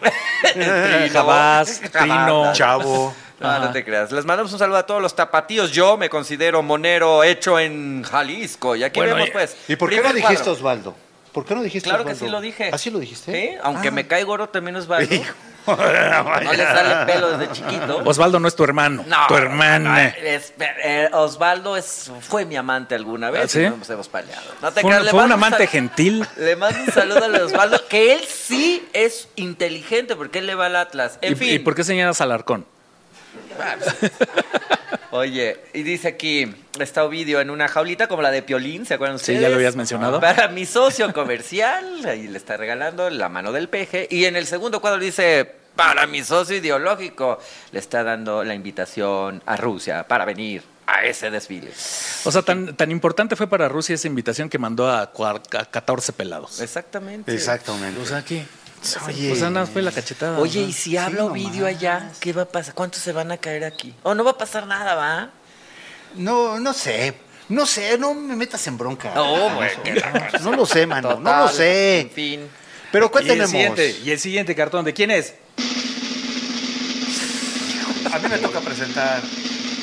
Speaker 5: Trino,
Speaker 3: Jabás, Trino.
Speaker 4: Chavo.
Speaker 5: No, no te creas. Les mandamos un saludo a todos los tapatíos. Yo me considero monero hecho en Jalisco. Y aquí
Speaker 3: Bueno,
Speaker 5: vemos,
Speaker 3: y-
Speaker 5: pues.
Speaker 4: ¿Y por qué
Speaker 5: primer
Speaker 4: no dijiste
Speaker 5: cuadro.
Speaker 4: Osvaldo? ¿Por qué no dijiste
Speaker 5: Claro que
Speaker 4: Osvaldo?
Speaker 5: sí lo dije.
Speaker 4: ¿Así lo dijiste? Ah.
Speaker 5: Sí, aunque me cae gordo también Osvaldo. no le sale pelo desde chiquito.
Speaker 3: Osvaldo no es tu hermano.
Speaker 5: No,
Speaker 3: tu hermana.
Speaker 5: no, es- eh, Osvaldo es, fue mi amante alguna vez.
Speaker 3: ¿Ah, sí?
Speaker 5: y nos hemos peleado. No te
Speaker 3: Fue
Speaker 5: creas,
Speaker 3: un-
Speaker 5: le
Speaker 3: fue un
Speaker 5: mando
Speaker 3: amante
Speaker 5: sal-
Speaker 3: gentil.
Speaker 5: Le mando un saludo a Osvaldo, que él sí es inteligente porque él le va al Atlas. En
Speaker 3: ¿Y,
Speaker 5: fin.
Speaker 3: y por qué señalas al arcón?
Speaker 5: Oye, y dice aquí, está Ovidio en una jaulita como la de Piolín, ¿se acuerdan
Speaker 3: Sí,
Speaker 5: ustedes?
Speaker 3: ya lo habías mencionado.
Speaker 5: Para mi socio comercial, ahí le está regalando la mano del peje. Y en el segundo cuadro dice, para mi socio ideológico, le está dando la invitación a Rusia para venir a ese desfile.
Speaker 3: O sea, tan, tan importante fue para Rusia esa invitación que mandó a, cuar- a 14 pelados.
Speaker 5: Exactamente.
Speaker 4: Exactamente.
Speaker 3: O sea, ¿qué?
Speaker 4: Oye.
Speaker 3: O sea, nada, más fue la cachetada.
Speaker 5: Oye,
Speaker 3: ¿no?
Speaker 5: y si habla
Speaker 4: no
Speaker 5: Ovidio allá, ¿qué va a pasar? ¿Cuántos se van a caer aquí? O no va a pasar nada, ¿va?
Speaker 4: No, no sé. No sé, no me metas en bronca.
Speaker 5: No, güey,
Speaker 4: sé.
Speaker 5: qué
Speaker 4: No lo sé, mano. no lo
Speaker 5: Total, En
Speaker 4: sé.
Speaker 5: fin.
Speaker 4: Pero ¿cuál
Speaker 3: Y el
Speaker 4: tenemos?
Speaker 3: siguiente, y el siguiente cartón, ¿de quién es?
Speaker 4: A mí me toca presentar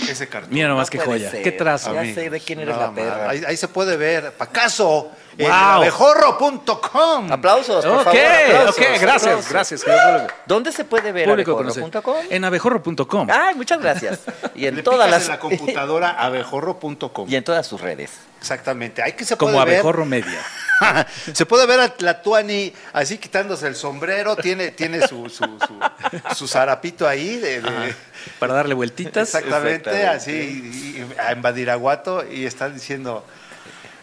Speaker 4: ese cartón.
Speaker 3: Mira nomás
Speaker 5: No
Speaker 3: qué
Speaker 5: puede
Speaker 3: joya.
Speaker 5: ser.
Speaker 3: Qué trazo.
Speaker 5: Ya
Speaker 4: Amigos,
Speaker 5: sé de quién eres
Speaker 4: no,
Speaker 5: la perra.
Speaker 4: madre. Ahí, ahí se puede ver, Pacaso, en
Speaker 3: Wow.
Speaker 4: abejorro.com.
Speaker 5: Aplausos, por
Speaker 3: Ok,
Speaker 5: favor. aplausos,
Speaker 3: ok, gracias,
Speaker 5: aplausos.
Speaker 3: gracias. querido público.
Speaker 5: ¿Dónde se puede ver
Speaker 3: Público
Speaker 5: abejorro.com?
Speaker 3: conoce. En abejorro.com.
Speaker 5: Ay, muchas gracias. Y en
Speaker 4: Le
Speaker 5: todas
Speaker 4: picas
Speaker 5: las
Speaker 4: en la computadora abejorro.com.
Speaker 5: y en todas sus redes.
Speaker 4: Exactamente. Ahí que se
Speaker 3: como
Speaker 4: puede ver.
Speaker 3: abejorro media.
Speaker 4: se puede ver a Tlatuani así quitándose el sombrero, tiene, tiene su, su, su, su zarapito ahí. de- de-
Speaker 3: Para darle vueltitas.
Speaker 4: exactamente,
Speaker 5: Exactamente.
Speaker 4: así, y- y- en Badiraguato, y está diciendo,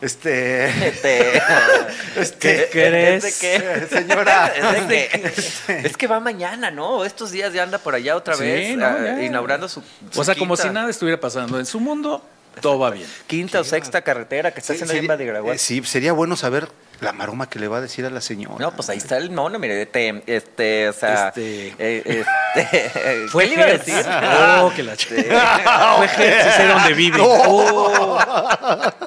Speaker 4: este,
Speaker 5: Este,
Speaker 4: este,
Speaker 5: Eh, ¿es de
Speaker 3: crees?
Speaker 5: qué?
Speaker 4: Señora.
Speaker 5: ¿Es, de qué? Es que va mañana, ¿no? Estos días ya anda por allá otra
Speaker 3: Sí,
Speaker 5: vez
Speaker 3: no,
Speaker 5: ah,
Speaker 3: ya.
Speaker 5: inaugurando su, su
Speaker 3: O sea, como
Speaker 5: quinta-
Speaker 3: si nada estuviera pasando. En su mundo, todo va bien.
Speaker 5: quinta o sexta carretera que está haciendo ahí en Badiraguato.
Speaker 4: eh, sí, sería bueno saber la maroma que le va a decir a la señora.
Speaker 5: No, pues ahí está el mono, mire, este, este, o sea,
Speaker 3: Este.
Speaker 5: eh, este,
Speaker 3: Fue
Speaker 5: ¿qué le iba a
Speaker 3: Hertz.
Speaker 5: decir?
Speaker 3: Oh, que la ch- Fue Hertz, ese era donde vive. Oh.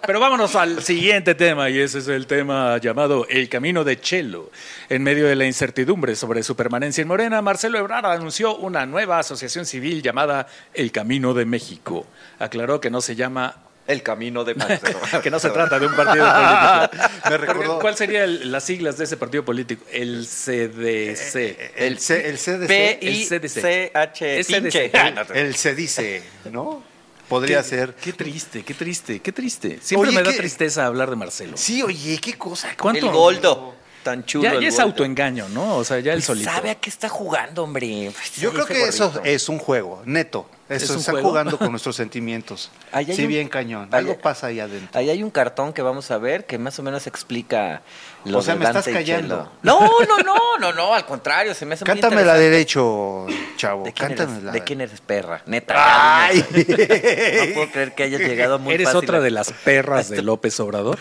Speaker 3: Pero vámonos al siguiente tema, y ese es el tema llamado El Camino de Chelo. En medio de la incertidumbre sobre su permanencia en Morena, Marcelo Ebrard anunció una nueva asociación civil llamada El Camino de México. Aclaró que no se llama...
Speaker 5: El camino de Marcelo.
Speaker 3: que no se trata de un partido político.
Speaker 4: Me
Speaker 3: Porque,
Speaker 4: recordó
Speaker 3: ¿Cuál serían las siglas de ese partido político? El CDC.
Speaker 4: eh, el, C- el CDC.
Speaker 5: P
Speaker 3: El
Speaker 5: I
Speaker 3: CDC.
Speaker 5: C H
Speaker 3: El
Speaker 5: pinche.
Speaker 3: CDC.
Speaker 5: Ah, no, no.
Speaker 4: El se dice, ¿no? Podría
Speaker 3: Qué-
Speaker 4: ser.
Speaker 3: Qué triste, qué triste, qué triste. Siempre
Speaker 4: Oye,
Speaker 3: me da
Speaker 4: qué-
Speaker 3: tristeza hablar de Marcelo.
Speaker 4: Sí, oye, qué cosa.
Speaker 3: ¿Cuánto?
Speaker 5: El Goldo. tan chulo.
Speaker 3: Ya,
Speaker 5: el
Speaker 3: ya es
Speaker 5: golpe.
Speaker 3: autoengaño, ¿no? O sea, ya el solito.
Speaker 5: Pues, ¿Sabe a qué está jugando, hombre? Pues,
Speaker 4: Yo
Speaker 5: sí,
Speaker 4: creo
Speaker 5: ese
Speaker 4: que eso
Speaker 5: gordito.
Speaker 4: es un juego, neto.
Speaker 3: ¿Es
Speaker 4: Eso
Speaker 3: un
Speaker 4: está
Speaker 3: juego?
Speaker 4: jugando con nuestros sentimientos.
Speaker 5: Ahí hay
Speaker 4: sí,
Speaker 5: un-
Speaker 4: bien cañón.
Speaker 5: ahí-
Speaker 4: Algo pasa ahí adentro.
Speaker 5: Ahí hay un cartón que vamos a ver que más o menos explica lo
Speaker 4: O sea,
Speaker 5: de
Speaker 4: me estás
Speaker 5: Dante y Chelo.
Speaker 4: callando.
Speaker 5: No, no, no, no, no, al contrario, se me hace muy
Speaker 4: Cántame la
Speaker 5: interesante.
Speaker 4: derecho, chavo.
Speaker 5: ¿De quién,
Speaker 4: Cántamela.
Speaker 5: eres, ¿De quién eres perra? Neta. ya,
Speaker 4: Ay.
Speaker 5: No puedo creer que hayas llegado muy
Speaker 3: ¿Eres
Speaker 5: fácil.
Speaker 3: otra de las perras de López Obrador?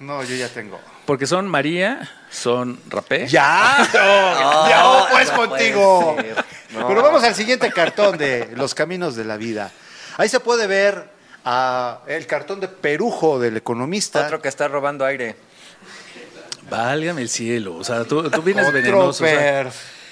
Speaker 4: No, yo ya tengo.
Speaker 3: Porque son María, son Rapé.
Speaker 4: Ya.
Speaker 5: No,
Speaker 4: ya oh, pues
Speaker 5: no puede
Speaker 4: contigo.
Speaker 5: ser. No.
Speaker 4: Pero vamos al siguiente cartón de Los Caminos de la Vida. Ahí se puede ver a el cartón de Perujo del economista.
Speaker 5: Otro que está robando aire.
Speaker 3: Válgame el cielo. O sea, tú, tú vienes
Speaker 4: Otro
Speaker 3: venenoso. o sea,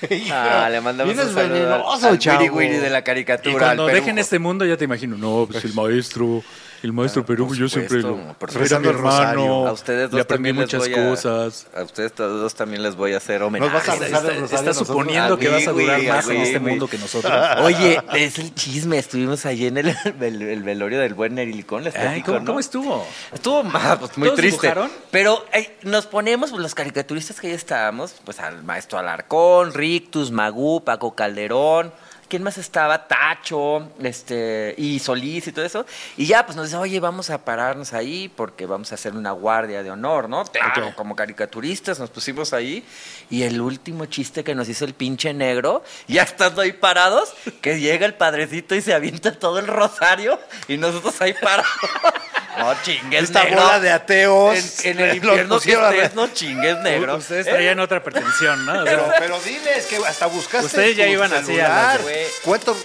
Speaker 4: per-
Speaker 5: Ah, le mandamos
Speaker 4: Vienes
Speaker 5: un saludo al,
Speaker 4: venenoso,
Speaker 5: al
Speaker 4: chavo.
Speaker 5: wiri wiri de la
Speaker 3: y
Speaker 5: caricatura.
Speaker 3: cuando
Speaker 5: al Perujo.
Speaker 3: dejen este mundo ya te imagino, no, pues el maestro, el maestro Perú, yo
Speaker 5: supuesto,
Speaker 3: siempre
Speaker 5: no,
Speaker 3: lo
Speaker 5: por
Speaker 3: era mi
Speaker 4: supuesto.
Speaker 3: hermano,
Speaker 5: a ustedes dos
Speaker 3: le aprendí
Speaker 5: también les
Speaker 3: muchas
Speaker 5: voy a-
Speaker 3: cosas.
Speaker 5: A ustedes dos también les voy a hacer
Speaker 4: Nos
Speaker 5: homenaje.
Speaker 4: vas a
Speaker 3: Está,
Speaker 4: rezar el
Speaker 3: está-
Speaker 4: rosario
Speaker 3: está
Speaker 4: a nosotros.
Speaker 3: suponiendo que vas a durar
Speaker 5: Al
Speaker 3: más en
Speaker 5: wiri,
Speaker 3: este
Speaker 5: wiri.
Speaker 3: mundo que nosotros.
Speaker 5: Oye, es el chisme. Estuvimos allí en el, el- el velorio del buen Nerilicón. Les
Speaker 3: Ay,
Speaker 5: platico,
Speaker 3: ¿cómo,
Speaker 5: ¿no?
Speaker 3: cómo estuvo?
Speaker 5: Estuvo ma- pues, muy
Speaker 3: ¿Todos
Speaker 5: triste.
Speaker 3: dibujaron?
Speaker 5: Pero eh, nos ponemos, pues, los caricaturistas que ya estábamos, pues al maestro Alarcón, Rictus, Magú, Paco Calderón. ¿Quién más estaba? Tacho, este, y Solís y todo eso. Y ya, pues nos dice, oye, vamos a pararnos ahí porque vamos a hacer una guardia de honor, ¿no? Claro,
Speaker 3: Ok.
Speaker 5: como caricaturistas nos pusimos ahí. Y el último chiste que nos hizo el pinche negro, ya estando ahí parados, que llega el padrecito y se avienta todo el rosario y nosotros ahí parados. No chingues,
Speaker 4: Esta
Speaker 5: negro.
Speaker 4: bola de ateos.
Speaker 5: En, en
Speaker 4: los
Speaker 5: el infierno que
Speaker 4: pusieron a-
Speaker 5: estés, no chingues, negro.
Speaker 3: Ustedes
Speaker 5: Eh,
Speaker 3: traían otra pretensión, ¿no? O sea,
Speaker 4: Pero, pero diles que hasta buscaste.
Speaker 3: Ustedes ya
Speaker 4: tu
Speaker 3: iban así a
Speaker 4: celular.
Speaker 5: las de-
Speaker 4: ¿Cuánto?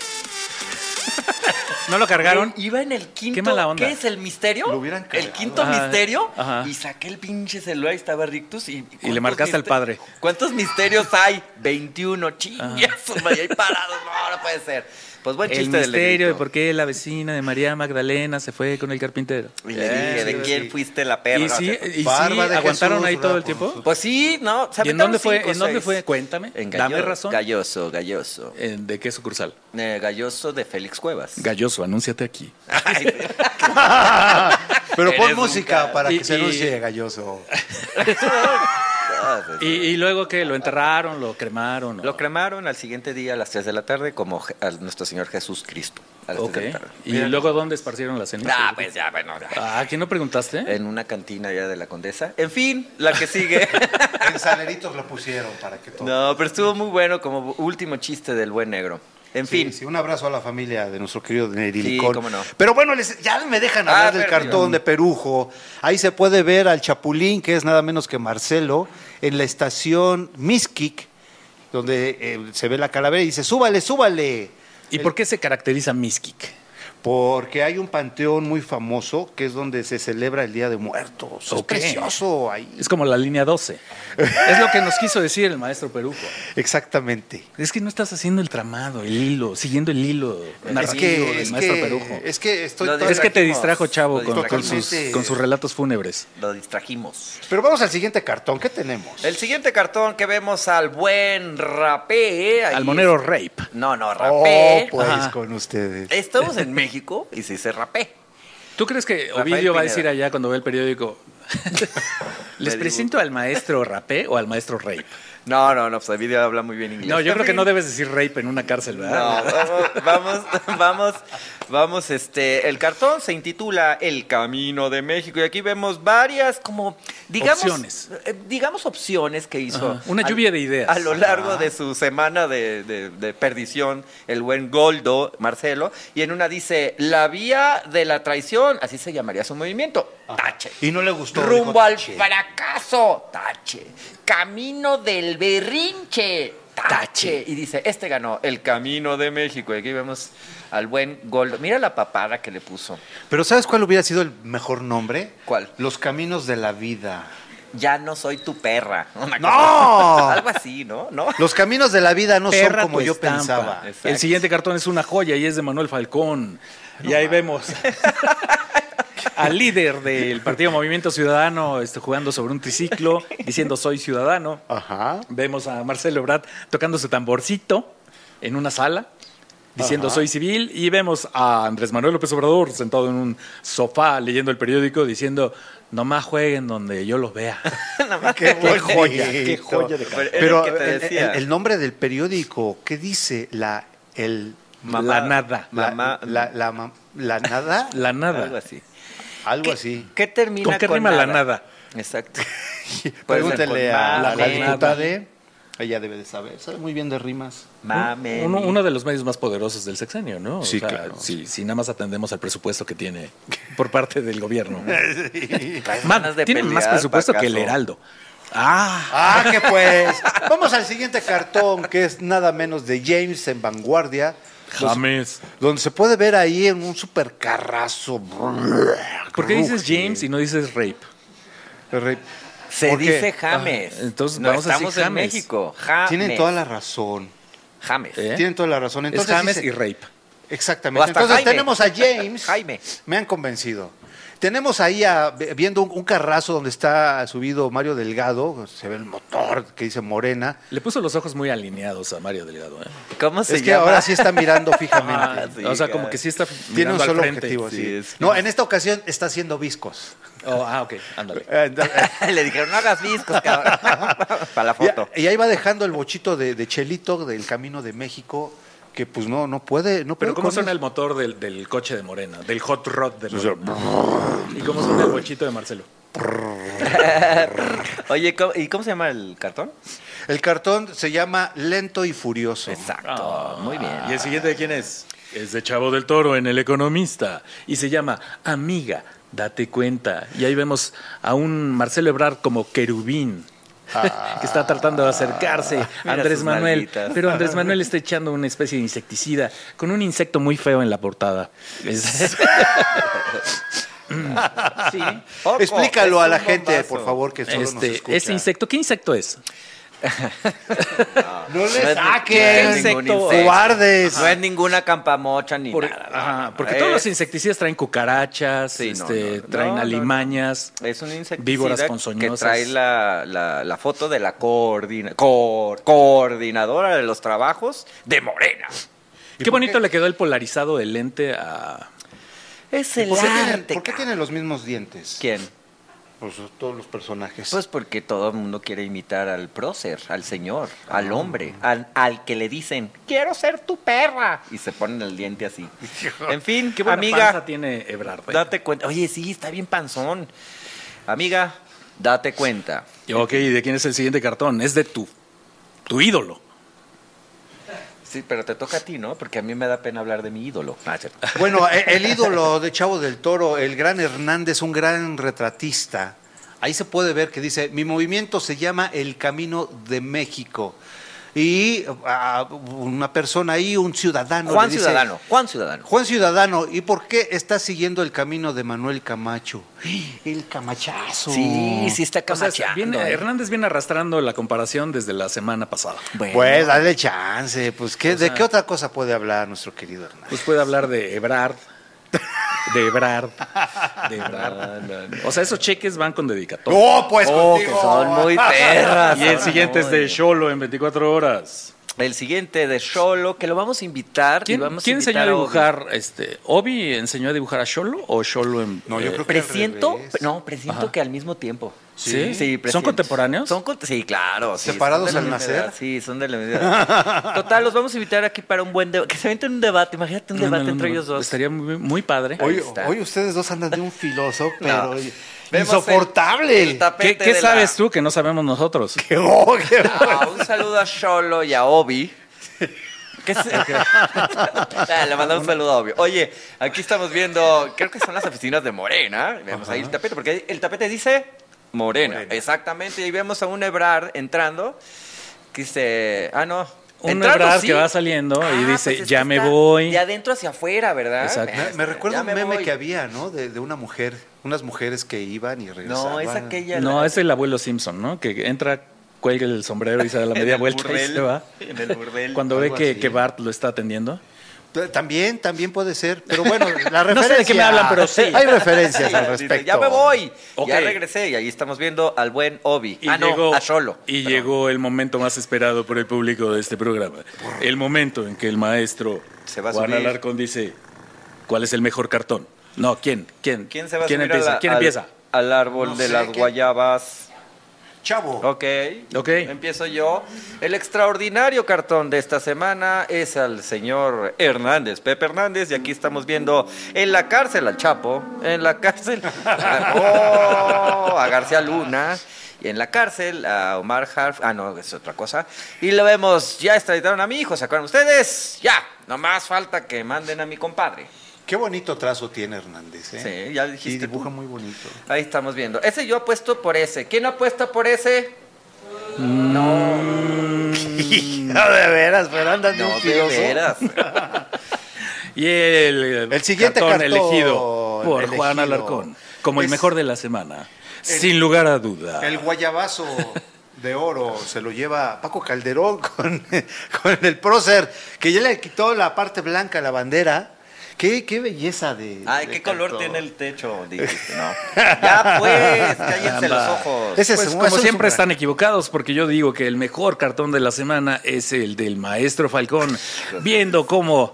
Speaker 3: no lo cargaron.
Speaker 5: Iba en el quinto.
Speaker 3: Qué mala onda.
Speaker 5: ¿Qué es el misterio?
Speaker 4: Lo hubieran
Speaker 5: El
Speaker 4: cagado.
Speaker 5: quinto
Speaker 3: Ajá,
Speaker 5: misterio.
Speaker 3: ajá.
Speaker 5: Y saqué el pinche celular y estaba Rictus. Y,
Speaker 3: Y le marcaste al
Speaker 5: mister-
Speaker 3: padre.
Speaker 5: ¿Cuántos misterios hay? 21. Chingas, hombre, ahí parados. No, no puede ser. Pues buen
Speaker 3: El
Speaker 5: chiste del
Speaker 3: misterio de
Speaker 5: negrito.
Speaker 3: por qué la vecina de María Magdalena se fue con el carpintero.
Speaker 5: Y le dije, ¿de
Speaker 4: Sí,
Speaker 5: quién
Speaker 4: sí.
Speaker 5: fuiste la perra?
Speaker 3: y sí, y sí,
Speaker 4: Barba de
Speaker 3: aguantaron
Speaker 4: Jesús,
Speaker 3: ahí todo el
Speaker 4: Rafa.
Speaker 3: tiempo.
Speaker 5: Pues sí, ¿no? Se
Speaker 3: ¿Y en
Speaker 5: aventaron
Speaker 3: dónde fue?
Speaker 5: cinco,
Speaker 3: ¿En dónde
Speaker 5: seis.
Speaker 3: fue? Cuéntame.
Speaker 5: En
Speaker 3: Dame
Speaker 5: Gallo-
Speaker 3: razón.
Speaker 5: Galloso, galloso.
Speaker 3: Eh, ¿De qué sucursal?
Speaker 5: Eh, galloso de Félix Cuevas.
Speaker 3: Galloso, anúnciate aquí.
Speaker 4: Pero
Speaker 5: Eres
Speaker 4: pon
Speaker 5: un
Speaker 4: música
Speaker 5: ca-
Speaker 4: para
Speaker 3: Y-
Speaker 4: que se
Speaker 3: y-
Speaker 4: anuncie galloso.
Speaker 5: Ah, sí, sí.
Speaker 3: ¿Y, y luego qué? ¿Lo enterraron? ¿Lo cremaron?
Speaker 5: Lo cremaron al siguiente día a las 3 de la tarde como Je- a nuestro Señor Jesús Cristo. A las
Speaker 3: Ok.
Speaker 5: 3 de la tarde.
Speaker 3: ¿Y luego dónde esparcieron las cenizas?
Speaker 5: Ah, pues ya, bueno, ya.
Speaker 3: Ah, ¿quién no preguntaste?
Speaker 5: En una cantina ya de la Condesa. En fin, la que sigue.
Speaker 4: En saleritos lo pusieron para que todo.
Speaker 5: no, pero estuvo muy bueno como último chiste del buen negro. En
Speaker 4: Sí,
Speaker 5: fin.
Speaker 4: sí, un abrazo a la familia de nuestro querido
Speaker 5: Sí,
Speaker 4: Nerilicón.
Speaker 5: cómo no.
Speaker 4: Pero bueno, les- ya me dejan
Speaker 5: Ah,
Speaker 4: hablar del
Speaker 5: pero-
Speaker 4: cartón de Perujo. Ahí se puede ver al Chapulín, que es nada menos que Marcelo, en la estación Miskik, donde eh, se ve la calavera y dice, súbale, súbale.
Speaker 3: ¿Y por qué se caracteriza Miskik?
Speaker 4: Porque hay un panteón muy famoso que es donde se celebra el Día de Muertos.
Speaker 3: Ok.
Speaker 4: Es precioso ahí.
Speaker 3: Es como la línea 12. es lo que nos quiso decir el maestro Perujo.
Speaker 4: Exactamente.
Speaker 3: Es que no estás haciendo el tramado, el hilo, siguiendo el hilo
Speaker 4: Es
Speaker 3: narrativo
Speaker 4: que,
Speaker 3: del
Speaker 4: es,
Speaker 3: maestro
Speaker 4: que,
Speaker 3: Perujo.
Speaker 4: es que estoy...
Speaker 5: Lo
Speaker 4: toda-
Speaker 3: Es que te
Speaker 5: Distrajimos,
Speaker 3: distrajo, chavo,
Speaker 5: lo
Speaker 3: con, con sus,
Speaker 4: distrajimos.
Speaker 3: con sus relatos fúnebres.
Speaker 5: Lo distrajimos.
Speaker 4: Pero vamos al siguiente cartón. ¿Qué tenemos?
Speaker 5: El siguiente cartón que vemos al buen rapé. eh, ahí-
Speaker 3: Al monero rape.
Speaker 5: No, no, rapé.
Speaker 4: Oh, pues
Speaker 3: Ajá.
Speaker 4: con ustedes.
Speaker 5: Estamos en México y se dice rapé.
Speaker 3: ¿Tú crees que
Speaker 5: Rafael
Speaker 3: Ovidio va a
Speaker 5: Pineda.
Speaker 3: decir allá cuando ve el periódico?
Speaker 5: Le
Speaker 3: Les
Speaker 5: digo-
Speaker 3: presento al maestro rapé o al maestro rape.
Speaker 5: No, no, no, pues el video habla muy bien inglés.
Speaker 3: No, yo creo que no debes decir rape en una cárcel,
Speaker 5: No,
Speaker 3: ¿verdad?
Speaker 5: vamos, vamos, vamos, vamos, este, el cartón se intitula El Camino de México y aquí vemos varias como, digamos,
Speaker 3: Opciones.
Speaker 5: eh, digamos opciones que hizo.
Speaker 3: Ajá, una lluvia de ideas.
Speaker 5: A lo largo de su semana de, de- de perdición, el buen Goldo, Marcelo, y en una dice, la vía de la traición, así se llamaría su movimiento, tache.
Speaker 4: Y no le gustó.
Speaker 5: Rumbo
Speaker 4: dijo,
Speaker 5: al
Speaker 4: "Che".
Speaker 5: fracaso, tache. Camino del berrinche, tache. Y dice, este ganó el camino de México. Y aquí vemos al buen Goldo. Mira la papada que le puso.
Speaker 4: Pero ¿sabes cuál hubiera sido el mejor nombre?
Speaker 5: ¿Cuál?
Speaker 4: Los caminos de la vida.
Speaker 5: Ya no soy tu perra. Una
Speaker 4: ¡No!
Speaker 5: cosa- Algo así, ¿no? ¿No?
Speaker 4: Los caminos de la vida no
Speaker 3: Perra
Speaker 4: son como
Speaker 3: tu
Speaker 4: yo
Speaker 3: estampa.
Speaker 4: pensaba.
Speaker 5: Exacto.
Speaker 3: El siguiente cartón es una joya y es de Manuel Falcón. y ahí vemos al líder del Partido Movimiento Ciudadano este, jugando sobre un triciclo, diciendo soy ciudadano.
Speaker 4: Ajá.
Speaker 3: Vemos a Marcelo Ebrard tocando su tamborcito en una sala. diciendo soy civil y vemos a Andrés Manuel López Obrador sentado en un sofá leyendo el periódico diciendo nomás jueguen donde yo los vea.
Speaker 4: Qué,
Speaker 6: joya, qué joya de
Speaker 5: Pero,
Speaker 4: Pero
Speaker 5: era el que te
Speaker 4: el,
Speaker 5: decía.
Speaker 4: el- el nombre del periódico, ¿qué dice? La, el,
Speaker 3: la nada.
Speaker 4: la-
Speaker 5: Mamá-
Speaker 4: La, la mam- la nada,
Speaker 3: La
Speaker 5: Algo
Speaker 3: nada.
Speaker 5: así.
Speaker 4: algo así.
Speaker 5: ¿Qué termina
Speaker 3: ¿Con qué rima la nada?
Speaker 5: Exacto.
Speaker 4: Pregúntele a,
Speaker 5: la
Speaker 4: a la
Speaker 3: mame.
Speaker 4: diputada de... Ella debe de saber, sabe muy bien de rimas.
Speaker 5: Mame.
Speaker 3: Uno, uno de los medios más poderosos del sexenio, ¿no? O
Speaker 4: Sí,
Speaker 3: sea,
Speaker 4: claro.
Speaker 3: Si, si nada más atendemos al presupuesto que tiene por parte del gobierno.
Speaker 5: Traes
Speaker 3: Man,
Speaker 5: ganas de
Speaker 3: tiene más
Speaker 5: pelear,
Speaker 3: presupuesto que el
Speaker 5: Pacaso.
Speaker 3: Heraldo. Ah,
Speaker 4: Ah, que pues. Vamos al siguiente cartón, que es nada menos de James en Vanguardia. Donde,
Speaker 3: James.
Speaker 4: donde se puede ver ahí en un supercarrazo.
Speaker 3: ¿Por qué dices James y no dices rape?
Speaker 4: Re-
Speaker 5: Se
Speaker 4: ¿Por qué?
Speaker 5: dice James.
Speaker 3: Ah, entonces
Speaker 5: no
Speaker 3: vamos a decir
Speaker 5: estamos en
Speaker 3: James.
Speaker 5: México. James.
Speaker 4: Tienen toda la razón.
Speaker 5: James.
Speaker 3: ¿Eh?
Speaker 4: Tienen toda la razón. Entonces,
Speaker 3: es James
Speaker 4: dice-
Speaker 3: y rape.
Speaker 4: Exactamente.
Speaker 5: O hasta
Speaker 4: Entonces
Speaker 5: Jaime.
Speaker 4: tenemos a James.
Speaker 5: Jaime.
Speaker 4: Me han convencido. Tenemos ahí a- viendo un, un carrazo donde está subido Mario Delgado. Se ve el motor que dice Morena.
Speaker 3: Le puso los ojos muy alineados a Mario Delgado. ¿eh?
Speaker 5: ¿Cómo se
Speaker 4: Es que
Speaker 5: llama?
Speaker 4: ahora sí está mirando
Speaker 3: Ah,
Speaker 4: fijamente.
Speaker 5: sí,
Speaker 3: o sea,
Speaker 5: ya.
Speaker 3: como que sí está
Speaker 4: Tiene un
Speaker 3: mirando al
Speaker 4: solo
Speaker 3: frente.
Speaker 4: objetivo.
Speaker 5: sí,
Speaker 4: sí.
Speaker 5: es-
Speaker 4: No, en esta ocasión está haciendo viscos.
Speaker 3: Oh, ah, ok, ándale.
Speaker 4: Eh,
Speaker 5: Le dijeron, no hagas discos, cabrón. Para la foto.
Speaker 4: Y, y ahí va dejando el bochito de, de Chelito del Camino de México, que pues no, no puede. No
Speaker 3: Pero
Speaker 4: puede
Speaker 3: ¿cómo
Speaker 4: con
Speaker 3: suena el
Speaker 4: eso.
Speaker 3: motor del, del coche de Morena? Del hot rod de Morena. ¿Y cómo suena el bochito de Marcelo?
Speaker 5: Oye, ¿cómo- ¿y cómo se llama el cartón?
Speaker 4: El cartón se llama Lento y Furioso.
Speaker 5: Exacto. muy bien.
Speaker 3: ¿Y el siguiente de quién es? Es de Chavo del Toro en El Economista. Y se llama Amiga, date cuenta. Y ahí vemos a un Marcelo Ebrard como querubín. Que está tratando de acercarse a
Speaker 5: Ah, Mira
Speaker 3: Andrés
Speaker 5: sus
Speaker 3: Manuel.
Speaker 5: nalguitas.
Speaker 3: Pero Andrés Manuel está echando una especie de insecticida con un insecto muy feo en la portada. Es-
Speaker 5: Sí. Ojo,
Speaker 4: Explícalo
Speaker 5: es
Speaker 4: a la
Speaker 5: un
Speaker 4: gente,
Speaker 5: bombazo.
Speaker 4: por favor, que solo nos
Speaker 3: este,
Speaker 4: escucha.
Speaker 3: ese insecto, ¿qué insecto es?
Speaker 4: No le
Speaker 5: No es- no es
Speaker 4: saquen,
Speaker 5: ningún insecto.
Speaker 4: cobardes.
Speaker 5: No es ninguna campamocha ni
Speaker 3: Por-
Speaker 5: nada.
Speaker 3: ajá, porque
Speaker 5: Es-
Speaker 3: todos los insecticidas traen cucarachas,
Speaker 5: Sí, no,
Speaker 3: este,
Speaker 5: no, no.
Speaker 3: traen
Speaker 5: No, no,
Speaker 3: alimañas.
Speaker 5: Es un insecticida
Speaker 3: Víboras
Speaker 5: que
Speaker 3: ponzoñosas.
Speaker 5: trae la, la- la foto de la coordina- cor- coordinadora de los trabajos de Morena.
Speaker 3: Qué bonito le quedó el polarizado del lente a...
Speaker 5: Es
Speaker 4: ¿Por
Speaker 5: el
Speaker 4: qué, tienen,
Speaker 5: arte,
Speaker 4: por qué
Speaker 5: ca-
Speaker 4: tienen los mismos dientes?
Speaker 5: ¿Quién?
Speaker 4: Pues todos los personajes.
Speaker 5: Pues porque todo el mundo quiere imitar al prócer, al señor,
Speaker 3: Ah.
Speaker 5: al hombre, al, al que le dicen, quiero ser tu perra. Y se ponen el diente así. En fin,
Speaker 3: Qué buena
Speaker 5: amiga,
Speaker 3: panza tiene Ebrard. ¿eh?
Speaker 5: date cuenta. Oye, sí, está bien panzón. Amiga, date cuenta.
Speaker 3: Y, Ok, ¿y de quién es el siguiente cartón? Es de tu, tu ídolo.
Speaker 5: Sí, pero te toca a ti, ¿no? Porque a mí me da pena hablar de mi ídolo. Ah, es cierto.
Speaker 4: Bueno, e- el ídolo de Chavo del Toro, el gran Hernández, un gran retratista. Ahí se puede ver que dice, mi movimiento se llama El Camino de México. Y ah, una persona ahí, un ciudadano.
Speaker 5: Juan
Speaker 4: le dice,
Speaker 5: Ciudadano, Juan Ciudadano.
Speaker 4: Juan Ciudadano, ¿y por qué estás siguiendo el camino de Manuel Camacho? El camachazo.
Speaker 5: Sí, sí está
Speaker 3: O sea,
Speaker 5: camachando.
Speaker 3: viene-
Speaker 5: ¿eh?
Speaker 3: Hernández viene arrastrando la comparación desde la semana pasada.
Speaker 5: Bueno,
Speaker 4: Pues dale chance, pues ¿qué, ¿de qué otra cosa puede hablar nuestro querido Hernández?
Speaker 3: Pues puede hablar de Ebrard, de Ebrard, de Ebrard. O sea, esos cheques van con dedicatoria.
Speaker 4: No, pues
Speaker 5: oh, que
Speaker 4: contigo.
Speaker 5: son muy
Speaker 3: Ah,
Speaker 5: perras.
Speaker 3: Y el
Speaker 5: son
Speaker 3: siguiente es
Speaker 5: muy-
Speaker 3: de Sholo en 24 horas.
Speaker 5: El siguiente de Sholo, que lo vamos a invitar. y
Speaker 3: ¿Quién,
Speaker 5: vamos
Speaker 3: quién enseñó a
Speaker 5: invitar Obi.
Speaker 3: dibujar? Este, ¿Obi enseñó a dibujar a Sholo o Sholo en.? eh,
Speaker 4: No, yo creo que al
Speaker 5: Presiento,
Speaker 4: revés.
Speaker 5: no, presiento que al mismo tiempo.
Speaker 3: ¿Sí? ¿Son
Speaker 5: presiento.
Speaker 3: contemporáneos?
Speaker 5: Son cont- sí, claro. sí,
Speaker 4: ¿Separados
Speaker 5: son de la
Speaker 4: al
Speaker 5: misma
Speaker 4: nacer?
Speaker 5: edad, Sí, son de la misma edad. Total, los vamos a invitar aquí para un buen debate. Que se aventen un debate, imagínate un
Speaker 3: No, no,
Speaker 5: debate
Speaker 3: no,
Speaker 5: entre
Speaker 3: no.
Speaker 5: ellos dos.
Speaker 3: Estaría muy, muy padre.
Speaker 4: Hoy,
Speaker 5: está.
Speaker 4: hoy ustedes dos andan de un filoso, pero
Speaker 5: Vemos
Speaker 4: insoportable.
Speaker 5: el- el tapete
Speaker 3: ¿Qué, qué
Speaker 5: de
Speaker 3: sabes
Speaker 5: la-
Speaker 3: tú que no sabemos nosotros?
Speaker 4: Qué oh, qué-
Speaker 5: Ah, un saludo a Sholo y a Obi. ¿Qué se- Ah, Le mandamos un saludo a Obi. Oye, aquí estamos viendo, creo que son las oficinas de Morena. Vemos ahí el tapete, porque el tapete dice Morena. Exactamente, y ahí vemos a un Ebrard entrando, que dice, ah, no.
Speaker 3: Un
Speaker 5: entrando,
Speaker 3: Ebrard
Speaker 5: sí. Ah, pues
Speaker 3: que va saliendo y dice,
Speaker 5: es que
Speaker 3: "Ya me
Speaker 5: está
Speaker 3: voy".
Speaker 5: De adentro hacia afuera, ¿verdad?
Speaker 3: Exacto.
Speaker 4: Me, me recuerda
Speaker 5: Ya
Speaker 4: un
Speaker 5: me
Speaker 4: meme
Speaker 5: voy.
Speaker 4: que había, ¿no? De, de una mujer, unas mujeres que iban y regresaban.
Speaker 5: No, es aquella.
Speaker 3: No,
Speaker 5: la-
Speaker 3: es el abuelo Simpson, ¿no? Que entra, cuelga el sombrero y se da la
Speaker 5: en
Speaker 3: media
Speaker 5: el
Speaker 3: vuelta y
Speaker 5: burdel,
Speaker 3: se va.
Speaker 5: En el burdel.
Speaker 3: Cuando ve
Speaker 4: algo
Speaker 3: que,
Speaker 4: así.
Speaker 3: que Bart lo está atendiendo.
Speaker 4: Eh, También, también puede ser. Pero bueno, la referencia.
Speaker 6: sé de qué me hablan, pero sí.
Speaker 4: Hay referencias al
Speaker 5: Dice,
Speaker 4: respecto.
Speaker 5: ya me voy.
Speaker 3: Ok.
Speaker 5: Ya regresé y ahí estamos viendo al buen Obi. ah, no, a Solo.
Speaker 3: Y llegó el momento más esperado por el público de este programa. El momento en que el maestro
Speaker 5: Se va a
Speaker 3: Juan
Speaker 5: subir.
Speaker 3: Alarcón dice, ¿cuál es el mejor cartón? No, ¿quién? ¿Quién?
Speaker 5: ¿Quién se va a subir
Speaker 3: empieza?
Speaker 5: a la-
Speaker 3: ¿Quién
Speaker 5: al,
Speaker 3: empieza?
Speaker 5: al árbol
Speaker 4: No
Speaker 5: de
Speaker 4: sé,
Speaker 5: las
Speaker 4: ¿quién?
Speaker 5: guayabas?
Speaker 4: Chavo.
Speaker 5: Ok.
Speaker 3: Ok.
Speaker 5: Empiezo yo. El extraordinario cartón de esta semana es al señor Hernández, Pepe Hernández, y aquí estamos viendo en la cárcel al Chapo, en la cárcel oh, a García Luna. Y en la cárcel, a Omar Harf, ah, no, es otra cosa. Y lo vemos, ya extraditaron a mi hijo, ¿se acuerdan ustedes? Ya, nomás falta que manden a mi compadre.
Speaker 4: Qué bonito trazo tiene Hernández. ¿eh?
Speaker 5: Sí, ya
Speaker 4: Y
Speaker 5: dijiste.
Speaker 4: dibuja
Speaker 5: tú.
Speaker 4: muy bonito.
Speaker 5: Ahí estamos viendo. Ese yo apuesto por ese. ¿Quién apuesta por ese?
Speaker 6: No, de veras, pero andan de
Speaker 5: No,
Speaker 6: un
Speaker 5: de
Speaker 6: filoso.
Speaker 5: veras.
Speaker 3: Y el,
Speaker 4: El siguiente cartón
Speaker 3: elegido por
Speaker 4: elegido
Speaker 3: Juan Alarcón como
Speaker 4: es-
Speaker 3: el mejor de la semana. sin lugar a duda.
Speaker 4: El guayabazo de oro se lo lleva Paco Calderón con, con el prócer, que ya le quitó la parte blanca a la bandera. Qué, qué belleza de.
Speaker 5: Ay,
Speaker 4: de
Speaker 5: ¿qué color
Speaker 4: canto.
Speaker 5: tiene el techo? Dijiste, no. Ya pues, cállense los
Speaker 3: Caramba.
Speaker 5: ojos.
Speaker 4: Ese es
Speaker 3: Pues,
Speaker 4: un-
Speaker 3: como
Speaker 4: ese es
Speaker 3: siempre
Speaker 4: un gran-
Speaker 3: están equivocados porque yo digo que el mejor cartón de la semana es el del maestro Falcón, viendo cómo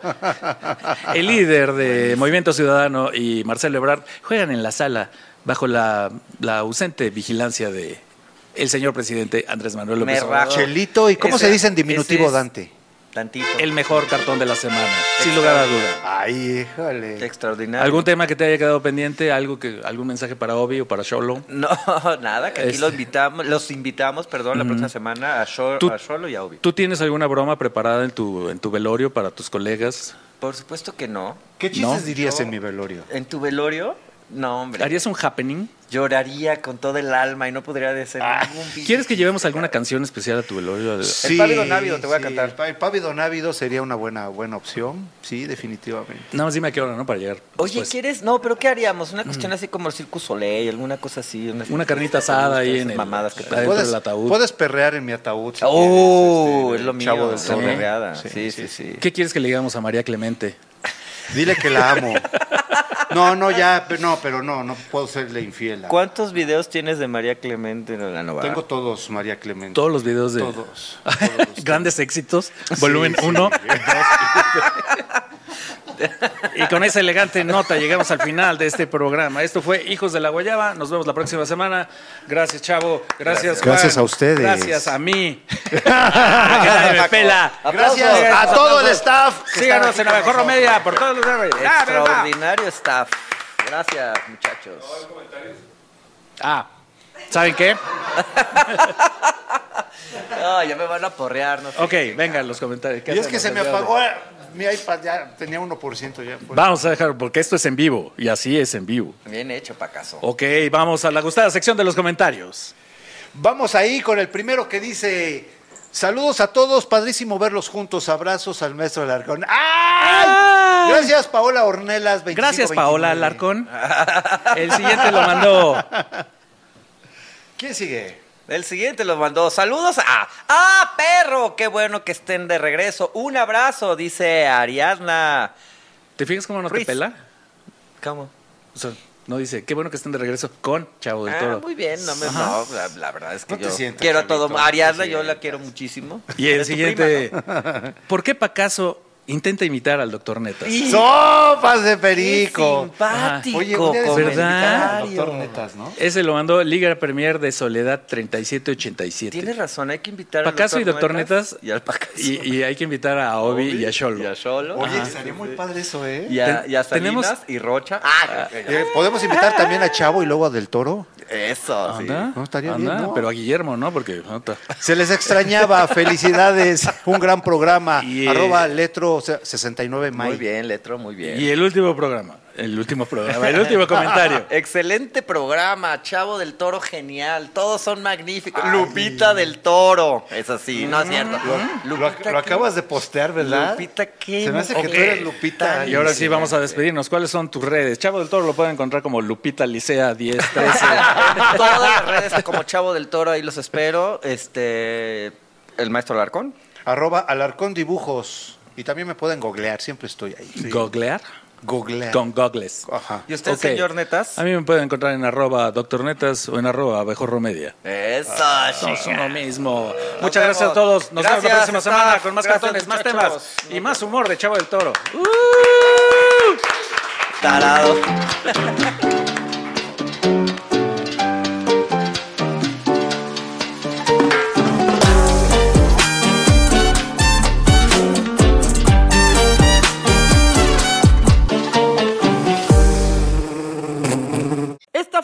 Speaker 3: el líder de Movimiento Ciudadano y Marcelo Ebrard juegan en la sala bajo la, la ausente vigilancia de el señor presidente Andrés Manuel
Speaker 5: Me
Speaker 3: López
Speaker 5: rajo.
Speaker 3: Obrador.
Speaker 4: Chelito, ¿y cómo
Speaker 5: Ese-
Speaker 4: se dice en diminutivo
Speaker 5: ese es-
Speaker 4: Dante?
Speaker 5: Tantito.
Speaker 3: El mejor cartón de la semana, sin lugar a duda.
Speaker 4: Ay, híjole.
Speaker 5: extraordinario.
Speaker 3: ¿Algún tema que te haya quedado pendiente? ¿Algo que, ¿Algún mensaje para Obi o para Sholo?
Speaker 5: No, nada, que aquí
Speaker 3: Este.
Speaker 5: los invitamos, los invitamos, perdón, la próxima semana a, Shor-
Speaker 3: Tú-
Speaker 5: a Sholo y a Obi.
Speaker 3: ¿Tú tienes alguna broma preparada en tu, en tu velorio para tus colegas?
Speaker 5: Por supuesto que no.
Speaker 4: ¿Qué chistes
Speaker 3: No.
Speaker 4: dirías
Speaker 5: Yo-
Speaker 4: en mi velorio?
Speaker 5: ¿En tu velorio? No, hombre.
Speaker 3: ¿Harías un happening?
Speaker 5: Lloraría con todo el alma y no podría decir ningún bicho.
Speaker 3: Ah, ¿Quieres que llevemos alguna canción especial a tu velorio?
Speaker 4: Sí,
Speaker 5: pávido návido te voy a cantar.
Speaker 4: el pá- El pávido návido sería una buena, buena opción, sí, definitivamente.
Speaker 3: Nada más dime a qué hora, ¿no? Para llegar.
Speaker 5: Oye,
Speaker 3: después.
Speaker 5: ¿quieres? No, pero ¿qué haríamos? Una cuestión así como el Circus Soleil, alguna cosa así.
Speaker 3: Mm. Una carnita asada ahí en el-
Speaker 5: Mamadas que
Speaker 3: ahí
Speaker 5: traen.
Speaker 3: Dentro
Speaker 4: Puedes,
Speaker 3: del ataúd.
Speaker 4: puedes perrear en mi ataúd. si
Speaker 5: Oh,
Speaker 4: quieres, este,
Speaker 5: es lo
Speaker 4: el
Speaker 5: mío.
Speaker 4: chavo del
Speaker 5: la
Speaker 4: Torre.
Speaker 5: perreada.
Speaker 4: Sí,
Speaker 5: Sí,
Speaker 4: sí,
Speaker 5: sí, sí.
Speaker 3: ¿Qué quieres que le digamos a María Clemente?
Speaker 4: Dile que la amo. No, no, ya, pe- no, pero no, no puedo serle infiel.
Speaker 5: ¿Cuántos videos tienes de María Clemente en la novela?
Speaker 4: Tengo todos, María Clemente.
Speaker 3: Todos los videos de...
Speaker 4: Todos. todos los-
Speaker 3: Grandes éxitos, volumen 1. Y con esa elegante nota llegamos al final de este programa. Esto fue Hijos de la Guayaba. Nos vemos la próxima semana. Gracias, Chavo. Gracias, Juan.
Speaker 4: Gracias a ustedes.
Speaker 3: Gracias a mí. Ah, que nadie me pela.
Speaker 4: Gracias
Speaker 5: Aplausos. Ah,
Speaker 4: a todo el staff. que
Speaker 3: Síganos en
Speaker 4: están
Speaker 3: la
Speaker 4: aquí
Speaker 3: mejor
Speaker 4: con nosotros.
Speaker 3: comedia por todos los Ah, ¿verdad?
Speaker 5: Extraordinario staff. Gracias, muchachos.
Speaker 3: Ah, ¿saben qué?
Speaker 5: Ah, ya me van a porrear, no sé.
Speaker 3: Ok, vengan los comentarios. ¿Qué
Speaker 4: Y es que se me
Speaker 3: hacemos?
Speaker 4: apagó eh, mi iPad, ya tenía 1% ya. pues.
Speaker 3: Vamos a dejar, porque esto es en vivo, y así es en vivo.
Speaker 5: Bien hecho, Pacaso.
Speaker 3: Ok, vamos a la gustada sección de los comentarios.
Speaker 4: Vamos ahí con el primero que dice. Saludos a todos, padrísimo verlos juntos. Abrazos al maestro Alarcón. ¡Ay! Gracias, Paola Ornelas. 25,
Speaker 3: Gracias, Paola
Speaker 4: 29.
Speaker 3: Alarcón. El siguiente lo mandó.
Speaker 4: ¿Quién sigue?
Speaker 5: El siguiente los mandó. Saludos a. ¡Ah, perro! Qué bueno que estén de regreso. Un abrazo, dice Ariadna.
Speaker 3: ¿Te fijas cómo no te
Speaker 5: Ruiz.
Speaker 3: pela?
Speaker 5: ¿Cómo?
Speaker 3: O sea, no dice, qué bueno que estén de regreso con Chavo del
Speaker 5: Ah,
Speaker 3: Toro.
Speaker 5: muy bien, no me no, la, la verdad es que
Speaker 4: No te
Speaker 5: yo
Speaker 4: sientas,
Speaker 5: quiero a todo.
Speaker 4: Chavito,
Speaker 5: Ariadna,
Speaker 4: no te
Speaker 5: yo la
Speaker 4: sientas.
Speaker 5: quiero muchísimo.
Speaker 3: Y el
Speaker 5: Eres tu
Speaker 3: siguiente,
Speaker 5: prima,
Speaker 3: ¿por qué Pacaso intenta imitar al doctor Netas?
Speaker 5: ¿no? Y-
Speaker 4: ¡Sopas de
Speaker 5: Qué
Speaker 4: perico!
Speaker 5: Simpático.
Speaker 4: Oye, un día de esos me
Speaker 3: ¿verdad?
Speaker 4: invitaron al doctor Netas, ¿no?
Speaker 3: Ese lo mandó Liga Premier de Soledad 3787.
Speaker 5: Tienes razón, hay que invitar
Speaker 3: Pacaso
Speaker 5: al
Speaker 3: y doctor Netas.
Speaker 5: Y al Pacaso.
Speaker 3: Y, y hay que invitar a Obi, y a Sholo.
Speaker 5: Y a Xolo.
Speaker 4: Oye,
Speaker 5: Ajá.
Speaker 4: estaría muy padre eso, ¿eh?
Speaker 5: Y a, y a
Speaker 3: Tenemos-
Speaker 5: Salinas y Rocha. Ah,
Speaker 4: Eh, ¿Podemos invitar también a Chavo y luego a Del Toro?
Speaker 5: eso, sí.
Speaker 3: Anda,
Speaker 4: No, estaría bien, ¿no?
Speaker 3: Pero a Guillermo, ¿no? Porque. no, ta-
Speaker 4: Se les extrañaba. Felicidades. Un gran programa.
Speaker 3: Y, eh,
Speaker 4: Arroba Letro 69 May.
Speaker 5: Muy bien, Letro, muy bien.
Speaker 3: Y el último programa. El último programa. El último comentario.
Speaker 5: Excelente programa, Chavo del Toro, genial. Todos son magníficos. Lupita del Toro. Es así, no es cierto.
Speaker 4: Lo,
Speaker 5: Lupita,
Speaker 4: lo
Speaker 5: qué-
Speaker 4: acabas de postear, ¿verdad?
Speaker 5: Lupita, qué
Speaker 4: Se me hace que
Speaker 5: mujer
Speaker 4: tú eres Lupita.
Speaker 3: Y ahora sí vamos a
Speaker 4: Alicea.
Speaker 3: despedirnos. ¿Cuáles son tus redes? Chavo del Toro lo pueden encontrar como Lupita Licea 1013.
Speaker 5: En Todas las redes como Chavo del Toro, ahí los espero. Este, el maestro Larcón.
Speaker 4: Arroba Alarcón Dibujos. Y también me pueden googlear, siempre estoy ahí.
Speaker 3: ¿Goglear?
Speaker 4: Googlear.
Speaker 3: Con gogles.
Speaker 4: Ajá.
Speaker 5: ¿Y usted,
Speaker 3: Ok.
Speaker 5: señor Netas?
Speaker 3: A mí me pueden encontrar en arroba doctornetas o en arroba abejorromedia.
Speaker 5: Eso,
Speaker 3: Somos
Speaker 5: chica.
Speaker 3: uno mismo.
Speaker 5: Nos
Speaker 3: Ah, Muchas gracias a
Speaker 5: vemos.
Speaker 3: todos. Nos vemos la
Speaker 5: Gracias,
Speaker 3: próxima
Speaker 5: staff.
Speaker 3: semana con más
Speaker 5: Gracias,
Speaker 3: cartones, más
Speaker 5: muchachos.
Speaker 3: temas y más humor de Chavo del Toro.
Speaker 5: Tarado.
Speaker 1: Esta